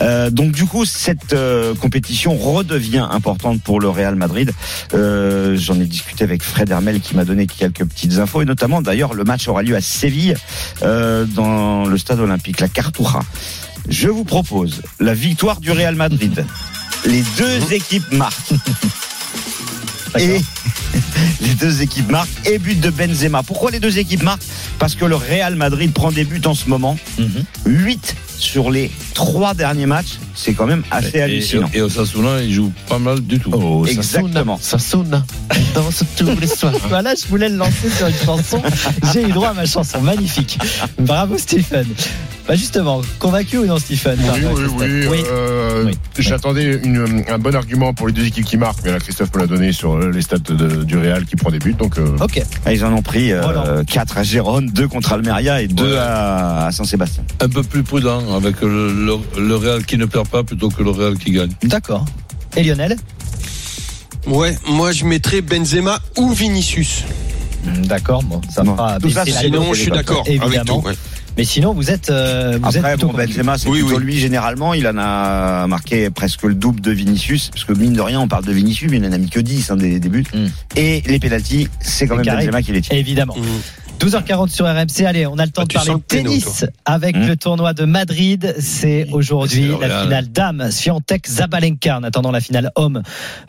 H: Euh, donc du coup, cette euh, compétition redevient importante pour le Real Madrid. Euh, J'en ai discuté avec Fred Hermel qui m'a donné quelques petites infos et notamment d'ailleurs le match aura lieu à Séville euh, dans le stade olympique, la Cartuja. Je vous propose la victoire du Real Madrid. Les deux équipes marquent. Et les deux équipes marquent et but de Benzema. Pourquoi les deux équipes marquent Parce que le Real Madrid prend des buts en ce moment. 8 sur les 3 derniers matchs, c'est quand même assez hallucinant.
I: Et, et Osasuna, ils jouent pas mal du tout.
K: Oh,
H: Exactement.
K: Ça sonne. On danse tous les soirs.
E: Voilà, je voulais le lancer sur une chanson. J'ai eu droit à ma chanson. Magnifique. Bravo, Stephen. Bah justement, convaincu ou non, Stephen
K: Oui,
E: Enfin,
K: oui,
E: Christophe.
K: oui. euh,
E: Oui.
K: J'attendais une- un bon argument pour les deux équipes qui marquent. Mais là, Christophe me l'a donné sur euh, les stats de- du Real qui prend des buts. Donc, euh,
E: Ok.
H: Ah, Ils en ont pris
E: Voilà.
H: 4 à Gérone, 2 contre Almeria et 2
I: Ouais.
H: à, à Saint-Sébastien.
I: Un peu plus prudent avec le, le- le Real qui ne perd pas plutôt que le Real qui gagne.
E: D'accord. Et Lionel
M: Ouais, moi je mettrais Benzema ou Vinicius.
E: D'accord, bon, ça
H: Mm, Bon.
E: fera
H: Tout ça,
E: baisser la
H: c'est
E: note.
M: Sinon, je suis d'accord avec
E: Évidemment.
M: tout. ouais.
E: Mais sinon, vous êtes. euh, vous
H: Après,
E: êtes plutôt
H: bon, bah,
E: convaincu.
H: Benzema, c'est
M: Oui,
H: plutôt
M: oui.
H: lui généralement. Il en a marqué presque le double de Vinicius, parce que mine de rien, on parle de Vinicius, mais il n'en a mis que 10 hein, des, des buts.
E: Mm.
H: Et les pénalties, c'est quand
E: C'est
H: même
E: carré.
H: Benzema qui les tire.
E: Évidemment. 12h40 sur RMC. Allez, on a le temps
M: Mmh. Ah,
E: de
M: tu sens
E: parler
M: le téno,
E: tennis avec
H: Mmh.
E: le tournoi de Madrid.
M: Mmh.
E: C'est
I: C'est
E: aujourd'hui
I: le
E: la
I: Real.
E: finale dame Swiatek Zabalenka en attendant la finale homme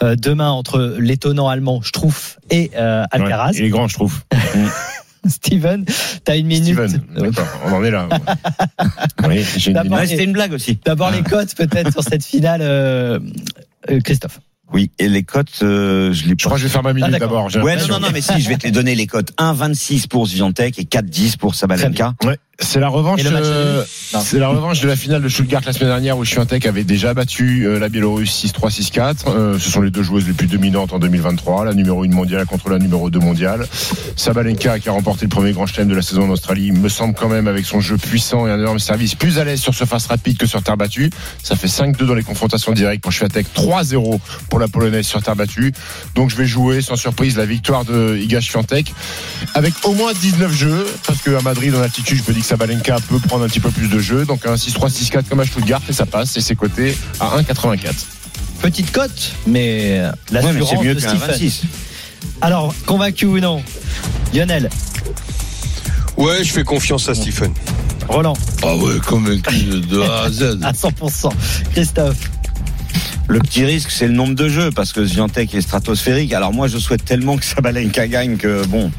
E: euh, demain entre l'étonnant allemand Struff et euh, Alcaraz.
K: ouais, il est grand, je trouve.
E: Steven, t'as une minute.
K: Steven.
E: Euh,
K: D'accord, on en est là. oui, j'ai une
E: D'abord,
K: minute.
H: Ouais, C'était une blague aussi.
E: D'abord les cotes peut-être sur cette finale, euh, euh, Christophe.
H: Oui, et les cotes, euh, je les
K: Je crois que je vais faire ma
E: Ah,
K: minute
E: d'accord.
K: d'abord. j'ai
H: Ouais, non,
K: l'impression.
H: non, non, mais si, je vais te les donner les cotes. 1,26 pour Zviantec et 4,10 pour Sabalenka.
K: Ouais, c'est la revanche.
E: Et le match
K: euh,
E: nul Non.
K: c'est la revanche de la finale de Stuttgart la semaine dernière où Swiatek avait déjà battu euh, la Biélorusse 6-3 6-4. Euh, ce sont les deux joueuses les plus dominantes en 2023, la numéro 1 mondiale contre la numéro 2 mondiale. Sabalenka qui a remporté le premier grand chelem de la saison en Australie, me semble quand même avec son jeu puissant et un énorme service plus à l'aise sur surface rapide que sur terre battue. Ça fait 5-2 dans les confrontations directes pour Swiatek, 3-0 pour la polonaise sur terre battue. Donc je vais jouer sans surprise la victoire de Iga Swiatek avec au moins 19 jeux, parce qu'à Madrid, en altitude, je peux dire que Sabalenka peut prendre un petit peu plus de jeux. Donc un 6-3, 6-4 comme à Stuttgart, et ça passe, et c'est coté à 1,84.
E: Petite cote, mais euh,
H: Ouais, mais
E: l'assurance
H: c'est mieux
E: de
H: qu'un
E: Stephen.
H: 1,26.
E: Alors convaincu ou non, Lionel.
M: Ouais, je fais confiance à Stephen.
E: Roland.
I: Ah ouais, convaincu de- de A à Z.
E: À 100%. Christophe.
H: Le petit risque, c'est le nombre de jeux, parce que Zviantec est stratosphérique. Alors moi, je souhaite tellement que Sabalenka gagne que bon.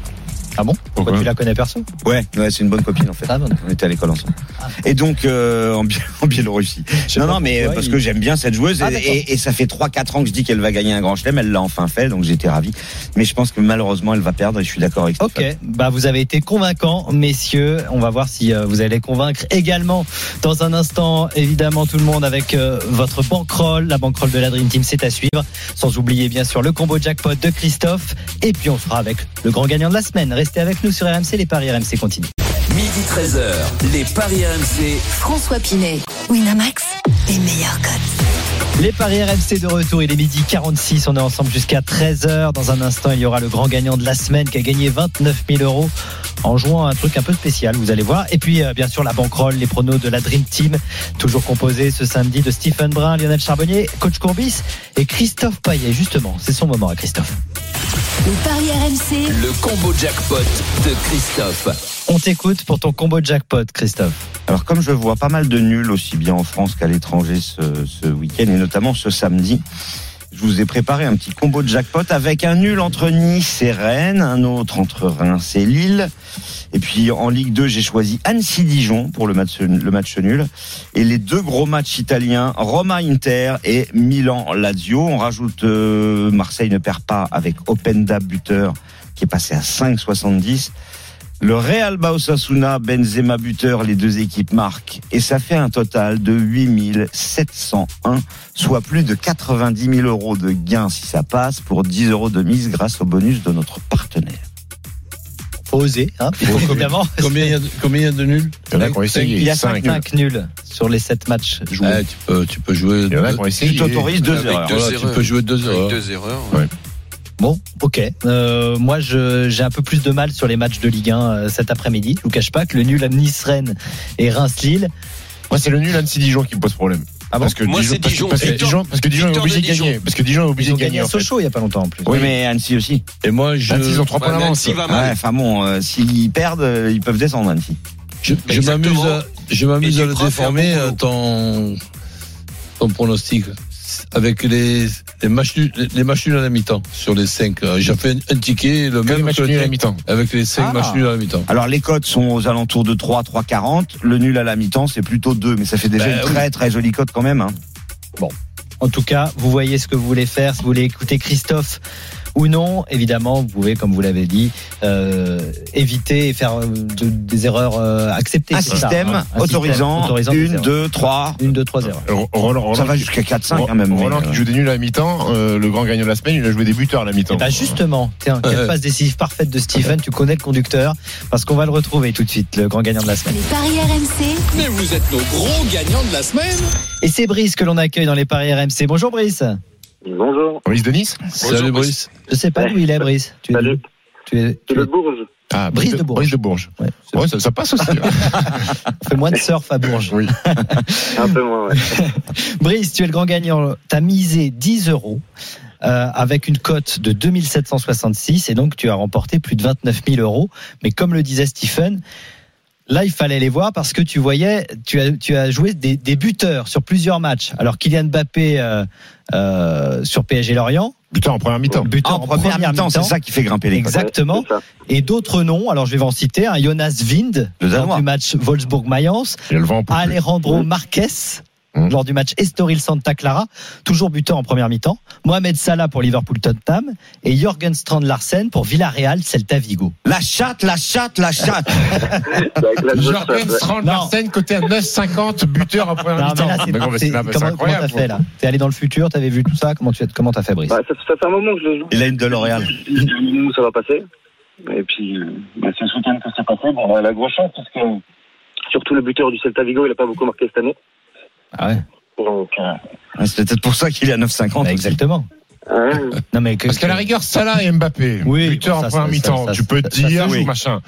E: Ah bon Pourquoi
K: Pourquoi
E: tu la connais perso
H: Ouais, ouais, c'est une bonne copine en fait.
E: Ah bon.
H: On était à l'école ensemble.
E: Ah.
H: Et donc euh, en, Bié- en Biélorussie.
E: sais
H: Non,
E: pas
H: non, mais
E: pourquoi
H: parce
E: il-
H: que j'aime bien cette joueuse
E: Ah,
H: et,
E: d'accord.
H: et- et ça fait 3-4 ans que je dis qu'elle va gagner un grand chelem. Elle l'a enfin fait, donc j'étais ravi. Mais je pense que malheureusement, elle va perdre et je suis d'accord avec
E: Ok,
H: Stéphane.
E: bah vous avez été convaincants, messieurs. On va voir si euh, vous allez convaincre également dans un instant, évidemment, tout le monde avec euh, votre bankroll. La bankroll de la Dream Team, c'est à suivre. Sans oublier, bien sûr, le combo jackpot de Christophe. Et puis, on fera avec le grand gagnant de la semaine. Restez avec nous sur RMC, les paris RMC continuent.
O: Midi 13h, les Paris RMC.
C: François Pinet. Winamax, les meilleurs codes.
E: Les paris RMC de retour, il est midi 46, on est ensemble jusqu'à 13h. Dans un instant, il y aura le grand gagnant de la semaine qui a gagné 29 000 euros en jouant à un truc un peu spécial, vous allez voir. Et puis, euh, bien sûr, la banquerolle, les pronos de la Dream Team, toujours composée ce samedi de Stephen Brun, Lionel Charbonnier, Coach Courbis et Christophe Payet. Justement, c'est son moment à Christophe.
C: Les paris RMC,
O: Le combo jackpot de Christophe.
E: On t'écoute pour ton combo jackpot, Christophe.
H: Alors comme je vois pas mal de nuls aussi bien en France qu'à l'étranger ce, ce week-end et notamment ce samedi, je vous ai préparé un petit combo de jackpot avec un nul entre Nice et Rennes, un autre entre Reims et Lille. Et puis en Ligue 2, j'ai choisi Annecy-Dijon pour le match, le match nul. Et les deux gros matchs italiens, Roma-Inter et Milan-Lazio. On rajoute euh, Marseille ne perd pas avec Openda buteur qui est passé à 5,70. Le Real Baosasuna, Benzema buteur, les deux équipes marquent. Et ça fait un total de 8701, soit plus de 90 000 euros de gains si ça passe, pour 10 euros de mise grâce au bonus de notre partenaire.
E: Faut oser, hein, évidemment.
I: Combien il y a de- combien il y a de nuls
K: Il y en a qui ont essayé.
E: Il y a
K: cinq.
E: 5 nuls sur les 7 matchs joués.
I: Eh, tu, peux, tu peux jouer.
K: Il y en a
I: deux-
K: qui ont essayé.
H: Tu t'autorises deux
L: Avec
H: erreurs.
L: deux
I: voilà, tu
L: erreurs.
I: peux jouer deux
L: Avec
I: heures.
L: deux erreurs.
E: Bon, ok. Euh, moi, je- j'ai un peu plus de mal sur les matchs de Ligue 1 euh, cet après-midi. Je vous cache pas que le nul à Nice-Rennes et Reims-Lille.
K: Moi, c'est le nul Annecy-Dijon qui me pose problème.
E: Ah bon
K: parce que
G: Moi,
K: Dijon,
G: c'est
K: parce que-
G: Dijon.
K: Parce que
G: Victor-
K: Dijon, parce que Dijon est
G: Victor
K: obligé
G: de
K: de gagner.
G: Dijon.
K: Parce que Dijon est
E: Ils
K: obligé
E: ont
K: de gagner.
E: gagné à
K: en fait.
E: Sochaux il n'y a pas longtemps en plus.
H: Oui, mais Annecy aussi.
I: Et moi, je,
K: Annecy, ils ont trois
G: Ouais,
K: points
G: mais
K: d'avance.
G: Annecy va
H: Ouais,
G: mal.
H: enfin bon, euh, s'ils perdent, euh, ils peuvent descendre Annecy.
I: je, je
G: Exactement.
I: m'amuse à, je m'amuse
G: Et
I: à
G: tu
I: le
G: crois
I: déformer
G: faire bon
I: euh, ton, ton pronostic. Avec les, les matchs nuls, les- les matchs nuls à la mi-temps sur les cinq. Euh, J'ai fait un, un ticket, le
K: Que les
I: même
K: matchs
I: que le
K: nuls à
I: tien,
K: la mi-temps.
I: avec les cinq
E: Ah.
I: matchs nuls à la mi-temps.
H: Alors les cotes sont aux alentours de 3, 3,40. Le nul à la mi-temps, c'est plutôt 2, mais ça fait déjà
I: Bah
H: une
I: oui.
H: très très jolie cote quand même. hein.
E: En tout cas, vous voyez ce que vous voulez faire, si vous voulez écouter Christophe ou non, évidemment, vous pouvez, comme vous l'avez dit, euh, éviter et faire euh, de- des erreurs euh, acceptées.
H: Un
E: c'est ça,
H: système
E: hein. Un
H: autorisant,
E: système autorisant des
H: une,
E: erreurs.
H: deux, trois.
E: une, deux, trois erreurs.
K: Ro- Roland, Roland,
H: Ça va jusqu'à 4, 5 quand même. mais,
K: Roland qui
H: euh,
K: joue des nuls à la mi-temps, euh, le grand gagnant de la semaine, il a joué des buteurs à la mi-temps.
E: Eh ben justement, tiens, quelle
I: Ouais.
E: passe décisive parfaite de Stephen, tu connais le conducteur, parce qu'on va le retrouver tout de suite, le grand gagnant de la semaine.
C: les paris RMC,
O: Mais vous êtes nos gros gagnants de la semaine.
E: Et c'est Brice que l'on accueille dans les paris RMC. Bonjour Brice.
D: Bonjour.
K: Euh, Brice de Nice
I: Salut Brice.
E: Je sais pas d'où il est Brice. Tu es,
D: Salut.
E: Tu es,
D: C'est
E: tu es-
D: le Bourges.
K: Ah,
E: Brice de Bourges.
K: Brice de Bourges.
E: ouais,
K: Ouais, ça, ça passe aussi. hein.
E: fais moins de surf à Bourges.
K: oui.
D: Un peu moins, ouais.
E: Brice, tu es le grand gagnant. T'as misé 10 euros. euh, avec une cote de 2766 et donc tu as remporté plus de 29 000 euros. Mais comme le disait Stephen, là il fallait les voir parce que tu voyais, tu as, tu as joué des, des buteurs sur plusieurs matchs. Alors Kylian Mbappé euh, euh, sur PSG Lorient,
K: Buteur en première mi-temps.
E: buteur
H: en première mi-temps, c'est ça qui fait grimper les cotes.
E: Exactement.
D: C'est ça.
E: Et d'autres noms, alors je vais vous en citer, un Jonas Wind,
H: Le
E: lors
H: Danois.
E: du match Wolfsburg-Mayence,
K: Il le vent un peu.
E: Alejandro
H: Mmh.
E: Marquez,
K: Mm.
E: lors du match Estoril-Santa Clara, toujours buteur en première mi-temps, Mohamed Salah pour Liverpool-Tottenham, et Jorgen Strand-Larsen pour Villarreal-Celta Vigo.
H: La chatte, la chatte, la chatte.
D: Avec la grosse
K: Jordan
D: chatte,
K: Strand
E: Non.
K: Larsen, côté à 9,50, buteur en première
E: Non, mais
K: mi-temps.
E: là, c'est-
K: Mais bon, mais
E: c'est-
K: c'est là, mais c'est
E: comment comment t'as
K: incroyable.
E: fait là T'es allé dans le futur, t'avais vu tout ça, comment tu as- comment t'as fait Brice
D: ouais. Bah, ça, ça fait un moment que je le joue.
H: Il a une de L'Oréal.
D: Je dis où ça va passer. Et puis, euh, bah, c'est ce week-end que c'est passé. Bon, bah, la grosse chance, parce que surtout le buteur du Celta Vigo, il n'a pas beaucoup marqué cette année.
E: Ah ouais.
D: Donc, euh,
H: Ah, C'est peut-être pour ça qu'il est à 9,50.
E: Bah, Exactement.
I: Ah,
D: hein,
E: Non, mais que-
K: Parce qu'à la rigueur, Salah et Mbappé,
E: Oui, bon,
K: buteur
E: ça,
K: en première
E: ça,
K: mi-temps,
E: ça,
K: tu
E: ça,
K: peux
E: ça,
K: te
E: ça,
K: dire
E: oui.
K: ou machin.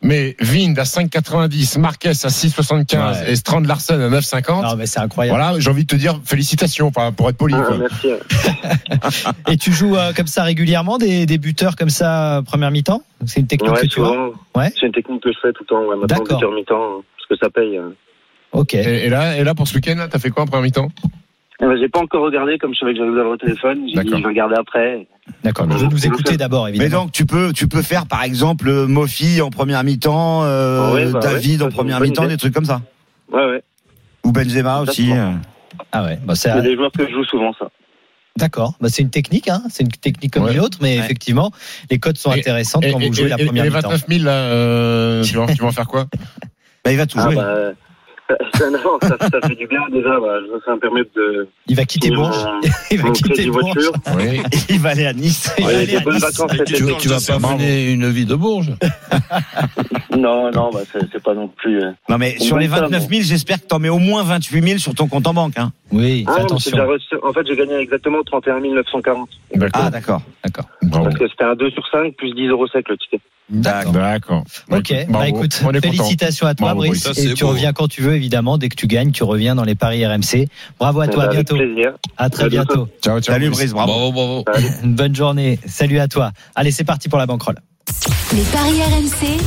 K: Mais Vind à 5,90, Marquez à 6,75
E: Ouais.
K: et Strand Larsen à 9,50.
E: Non, mais c'est incroyable.
K: Voilà, j'ai envie de te dire félicitations enfin, pour être poli.
D: ah,
K: quoi.
D: merci. ouais.
E: Et tu joues euh, comme ça régulièrement des, des buteurs comme ça euh, première mi-temps C'est une technique
D: Ouais,
E: que tu as
D: souvent.
E: Ouais.
D: C'est une technique que je fais tout le temps. Ouais, maintenant,
E: D'accord.
D: buteur mi-temps. Parce que ça paye. hein.
E: Ok.
K: Et, et là, et là, pour ce week-end, là, t'as fait quoi après un mi-temps
D: Euh, J'ai pas encore regardé, comme je savais que j'allais vous avoir au téléphone. J'ai dit,
K: D'accord.
D: je vais regarder après.
E: D'accord. Je vais nous écouter d'abord,
H: Mais
E: évidemment.
H: donc tu peux tu peux faire par exemple euh, Mofi en première mi-temps, euh,
D: Ouais, bah
H: David
D: ouais,
H: en
D: ça,
H: première
D: c'est une
H: mi-temps,
D: bonne
H: des trucs comme ça.
D: Ouais, ouais.
H: Ou Benzema aussi.
D: Exactement.
H: euh.
E: Ah ouais. Bah, c'est
D: Il y a des joueurs que je joue souvent, ça.
E: d'accord. Bah, c'est une technique, hein. C'est une technique comme
K: Ouais.
E: une autre, mais
H: Ouais.
E: effectivement, les codes sont
K: Et-
E: intéressantes
K: et,
E: quand
K: et-
E: vous jouez la
K: et- et
E: première
K: les
E: mi-temps.
K: 29 000, là, euh, tu, vas, tu vas en faire quoi
H: Bah, il va tout
D: Ah,
H: jouer.
D: bah, ça, non, ça, ça fait du bien déjà. Bah, ça me permet de.
E: Il va quitter
D: finir
E: Bourges.
D: mon-
E: Il va
D: mon
E: quitter
D: crédit
E: Bourges.
D: voiture.
K: Oui.
H: Il va aller à Nice.
E: Il va
D: Ouais,
E: aller
D: des
E: à
D: bonnes
E: Nice.
D: vacances cet
I: Tu,
D: été.
I: tu vas pas mener une vie de Bourges
D: Non, non, bah, c'est c'est pas non plus. euh.
H: Non mais
D: On
H: sur les
D: monte ça,
H: 29 000, j'espère que t'en mets au moins 28 000 sur ton compte en banque. Hein.
E: Oui,
D: Ah,
E: fais
D: non, c'est
E: attention.
D: déjà reçu- En fait, j'ai gagné exactement 31 940.
H: Ah
K: D'accord.
H: d'accord.
K: Bravo.
D: Parce que c'était un 2 sur 5 plus 10 euros sec le ticket.
H: D'accord.
K: D'accord. Bah,
E: Ok,
K: bravo.
E: bah écoute,
K: on est content.
E: félicitations à toi
K: Bravo,
E: Brice,
L: Brice. Ça,
E: et
L: c'est
E: tu
L: beau.
E: reviens quand tu veux évidemment, dès que tu gagnes, tu reviens dans les paris RMC. Bravo à toi, à
D: Eh ben, Avec
E: bientôt,
D: plaisir.
E: à très
D: À
E: bientôt.
D: bientôt.
K: Ciao, ciao.
H: Salut Brice, bravo.
I: Bravo, bravo.
E: Une bonne journée, salut à toi. Allez, c'est parti pour la banquerolle.
C: Les paris RMC,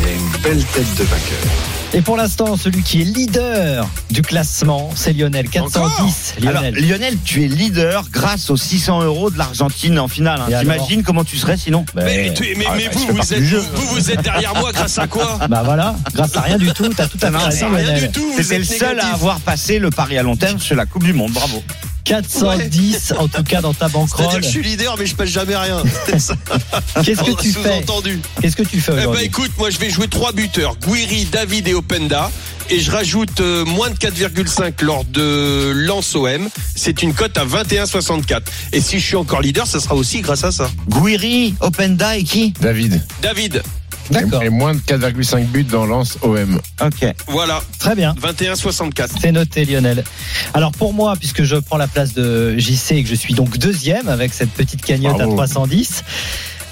E: Et pour l'instant, celui qui est leader du classement, c'est Lionel, 410.
H: Alors
E: Lionel,
H: Lionel, tu es leader grâce aux 600 euros de l'Argentine en finale. hein.
E: Et alors
H: T'imagines comment tu serais sinon
E: Ben,
G: Mais, tu-
D: Ah,
G: mais-
D: bah,
G: mais vous, vous êtes, vous, vous êtes derrière moi grâce à quoi
E: bah voilà, grâce à rien du tout, t'as tout à fait raison
G: Rien
E: Lionel.
G: du tout. vous
H: C'était le
G: êtes
H: seul à
G: négatif.
H: avoir passé le pari à long terme sur la Coupe du Monde. Bravo.
E: 410 en tout cas dans ta
G: C'est-à-dire
E: banquerolle.
G: que je suis leader, mais je pèse jamais rien.
E: Qu'est-ce que tu fais
G: Sous-entendu.
E: Qu'est-ce que tu fais
G: Eh ben
E: aujourd'hui
G: écoute, moi je vais jouer trois buteurs, Guiri, David et Openda. Et je rajoute euh, moins de 4,5 lors de lance OM. C'est une cote à 21,64. Et si je suis encore leader, ça sera aussi grâce à ça.
H: Guiri, Openda et qui
K: David.
G: David,
E: D'accord,
K: Et, et moins de 4,5 buts dans Lens OM.
H: Ok.
G: voilà,
E: très bien.
G: 21,64.
E: C'est noté Lionel. Alors pour moi, puisque je prends la place de JC et que je suis donc deuxième avec cette petite cagnotte à
K: Bravo.
E: 310,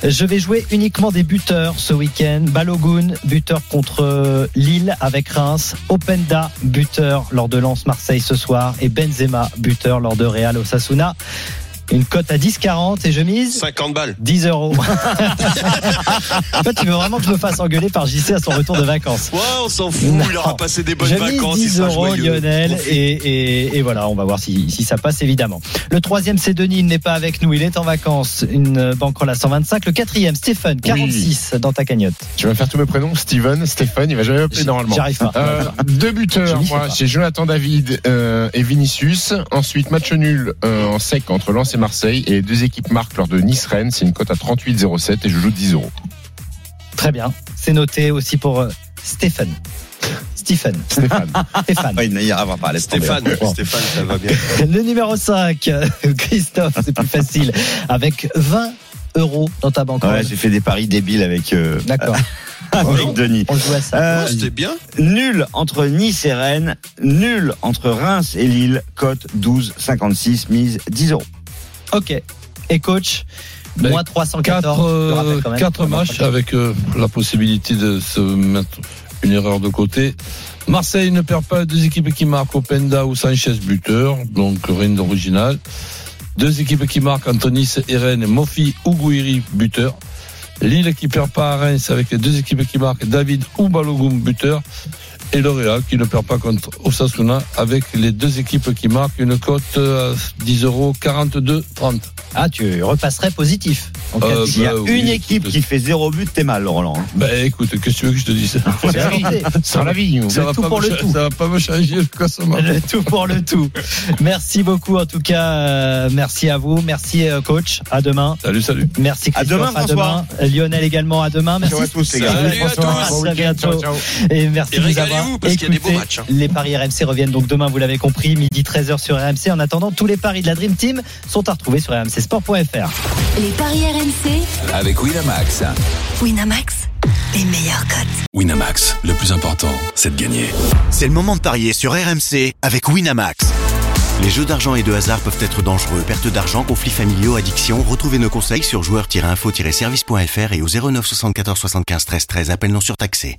E: je vais jouer uniquement des buteurs ce week-end. Balogun, buteur contre Lille avec Reims. Openda, buteur lors de Lens Marseille ce soir. Et Benzema, buteur lors de Real Osasuna. Une cote à 10,40 et je mise
G: 50 balles.
E: 10 euros. en fait, tu veux vraiment que je me fasse engueuler par JC à son retour de vacances.
G: Ouais, on s'en fout,
E: Non.
G: il aura passé des bonnes
E: J'ai mis
G: vacances. il
E: 10
G: sera
E: euros,
G: joyeux.
E: Lionel, et, et- et voilà, on va voir si, si ça passe, évidemment. Le troisième, c'est Denis, il n'est pas avec nous, il est en vacances, une banquerolle à 125. Le quatrième, Stéphane, 46 dans ta cagnotte.
K: Tu vas me faire tous mes prénoms Steven, Stéphane, il va jamais m'appeler
E: J'y-
K: normalement.
E: j'y arrive pas.
K: Euh, deux buteurs,
E: Je n'y sais
K: moi,
E: pas.
K: c'est Jonathan David euh, et Vinicius. Ensuite, match nul euh, en sec entre Lens et Marseille. Et les deux équipes marquent lors de Nice-Rennes. C'est une cote à 38,07 et je joue 10 euros.
E: Très bien. C'est noté aussi pour euh, Stéphane. Stéphane.
K: Stéphane.
E: Stéphane.
H: Ouais, Oh, il n'ira pas. laisse tomber.
G: Stéphane,
E: Bon.
G: Stéphane, ça va bien.
E: Le numéro 5, Christophe, c'est plus facile, avec 20 euros dans ta banquerolle.
H: Ouais, j'ai fait des paris débiles avec, euh,
E: D'accord,
H: avec Denis.
E: on joue à ça.
H: Euh,
G: Non, C'était bien.
H: nul entre Nice et Rennes, nul entre Reims et Lille, cote 12,56, mise 10 euros.
E: Ok. Et coach,
I: Ben,
E: moins 314.
I: 4,
E: je te rappelle quand même.
I: euh, matchs avec euh, la possibilité de se mettre une erreur de côté. Marseille ne perd pas deux équipes qui marquent Openda ou Sanchez buteur, donc rien d'original. Deux équipes qui marquent entre Nice et Rennes, Mofi ou Gouiri buteur. Lille qui perd pas à Reims avec les deux équipes qui marquent David ou Balogun buteur. Et le Real qui ne perd pas contre Osasuna avec les deux équipes qui marquent une cote à 10 euros 42 30.
E: Ah, tu repasserais positif. en
I: Euh,
E: cas de-
H: S'il y a
I: bah oui,
H: une
I: tout
H: équipe
I: à
H: qui fait zéro but, t'es mal, Roland.
I: Ben écoute, qu'est-ce que tu veux que je te dise
E: Faut bien tenter.
K: Sans la vie.
I: Ça
E: Le
I: va,
E: tout
I: pas
E: pour
I: me
E: le
I: cha-
E: tout.
I: ça va pas me changer le classement.
E: Le tout pour le tout. Merci beaucoup en tout cas. euh, merci à vous. Merci euh, coach. À demain.
I: Salut, salut.
E: Merci
H: À
E: Christophe.
H: demain, François.
E: demain. Lionel également. À demain. Merci.
K: Ciao à tous, les gars.
E: Salut,
G: Salut à
E: François.
G: tous.
E: Bon
K: Salut
E: week-end.
K: Ciao, ciao.
E: Et merci
G: Et
E: de nous avoir
G: régalez-vous, parce qu'il y a des
E: écoutés.
G: beaux matchs, hein.
E: Les paris RMC reviennent donc demain, vous l'avez compris, midi 13h sur RMC. En attendant, tous les paris de la Dream Team sont à retrouver sur rmcsport.fr.
C: les paris RMC,
O: Avec Winamax.
C: Winamax, les meilleurs cotes.
A: Winamax, le plus important, c'est de gagner.
B: C'est le moment de parier sur RMC avec Winamax. Les jeux d'argent et de hasard peuvent être dangereux. Perte d'argent, conflits familiaux, addiction. Retrouvez nos conseils sur joueurs-info-service.fr et au 09 74 75 13 13. Appel non surtaxé.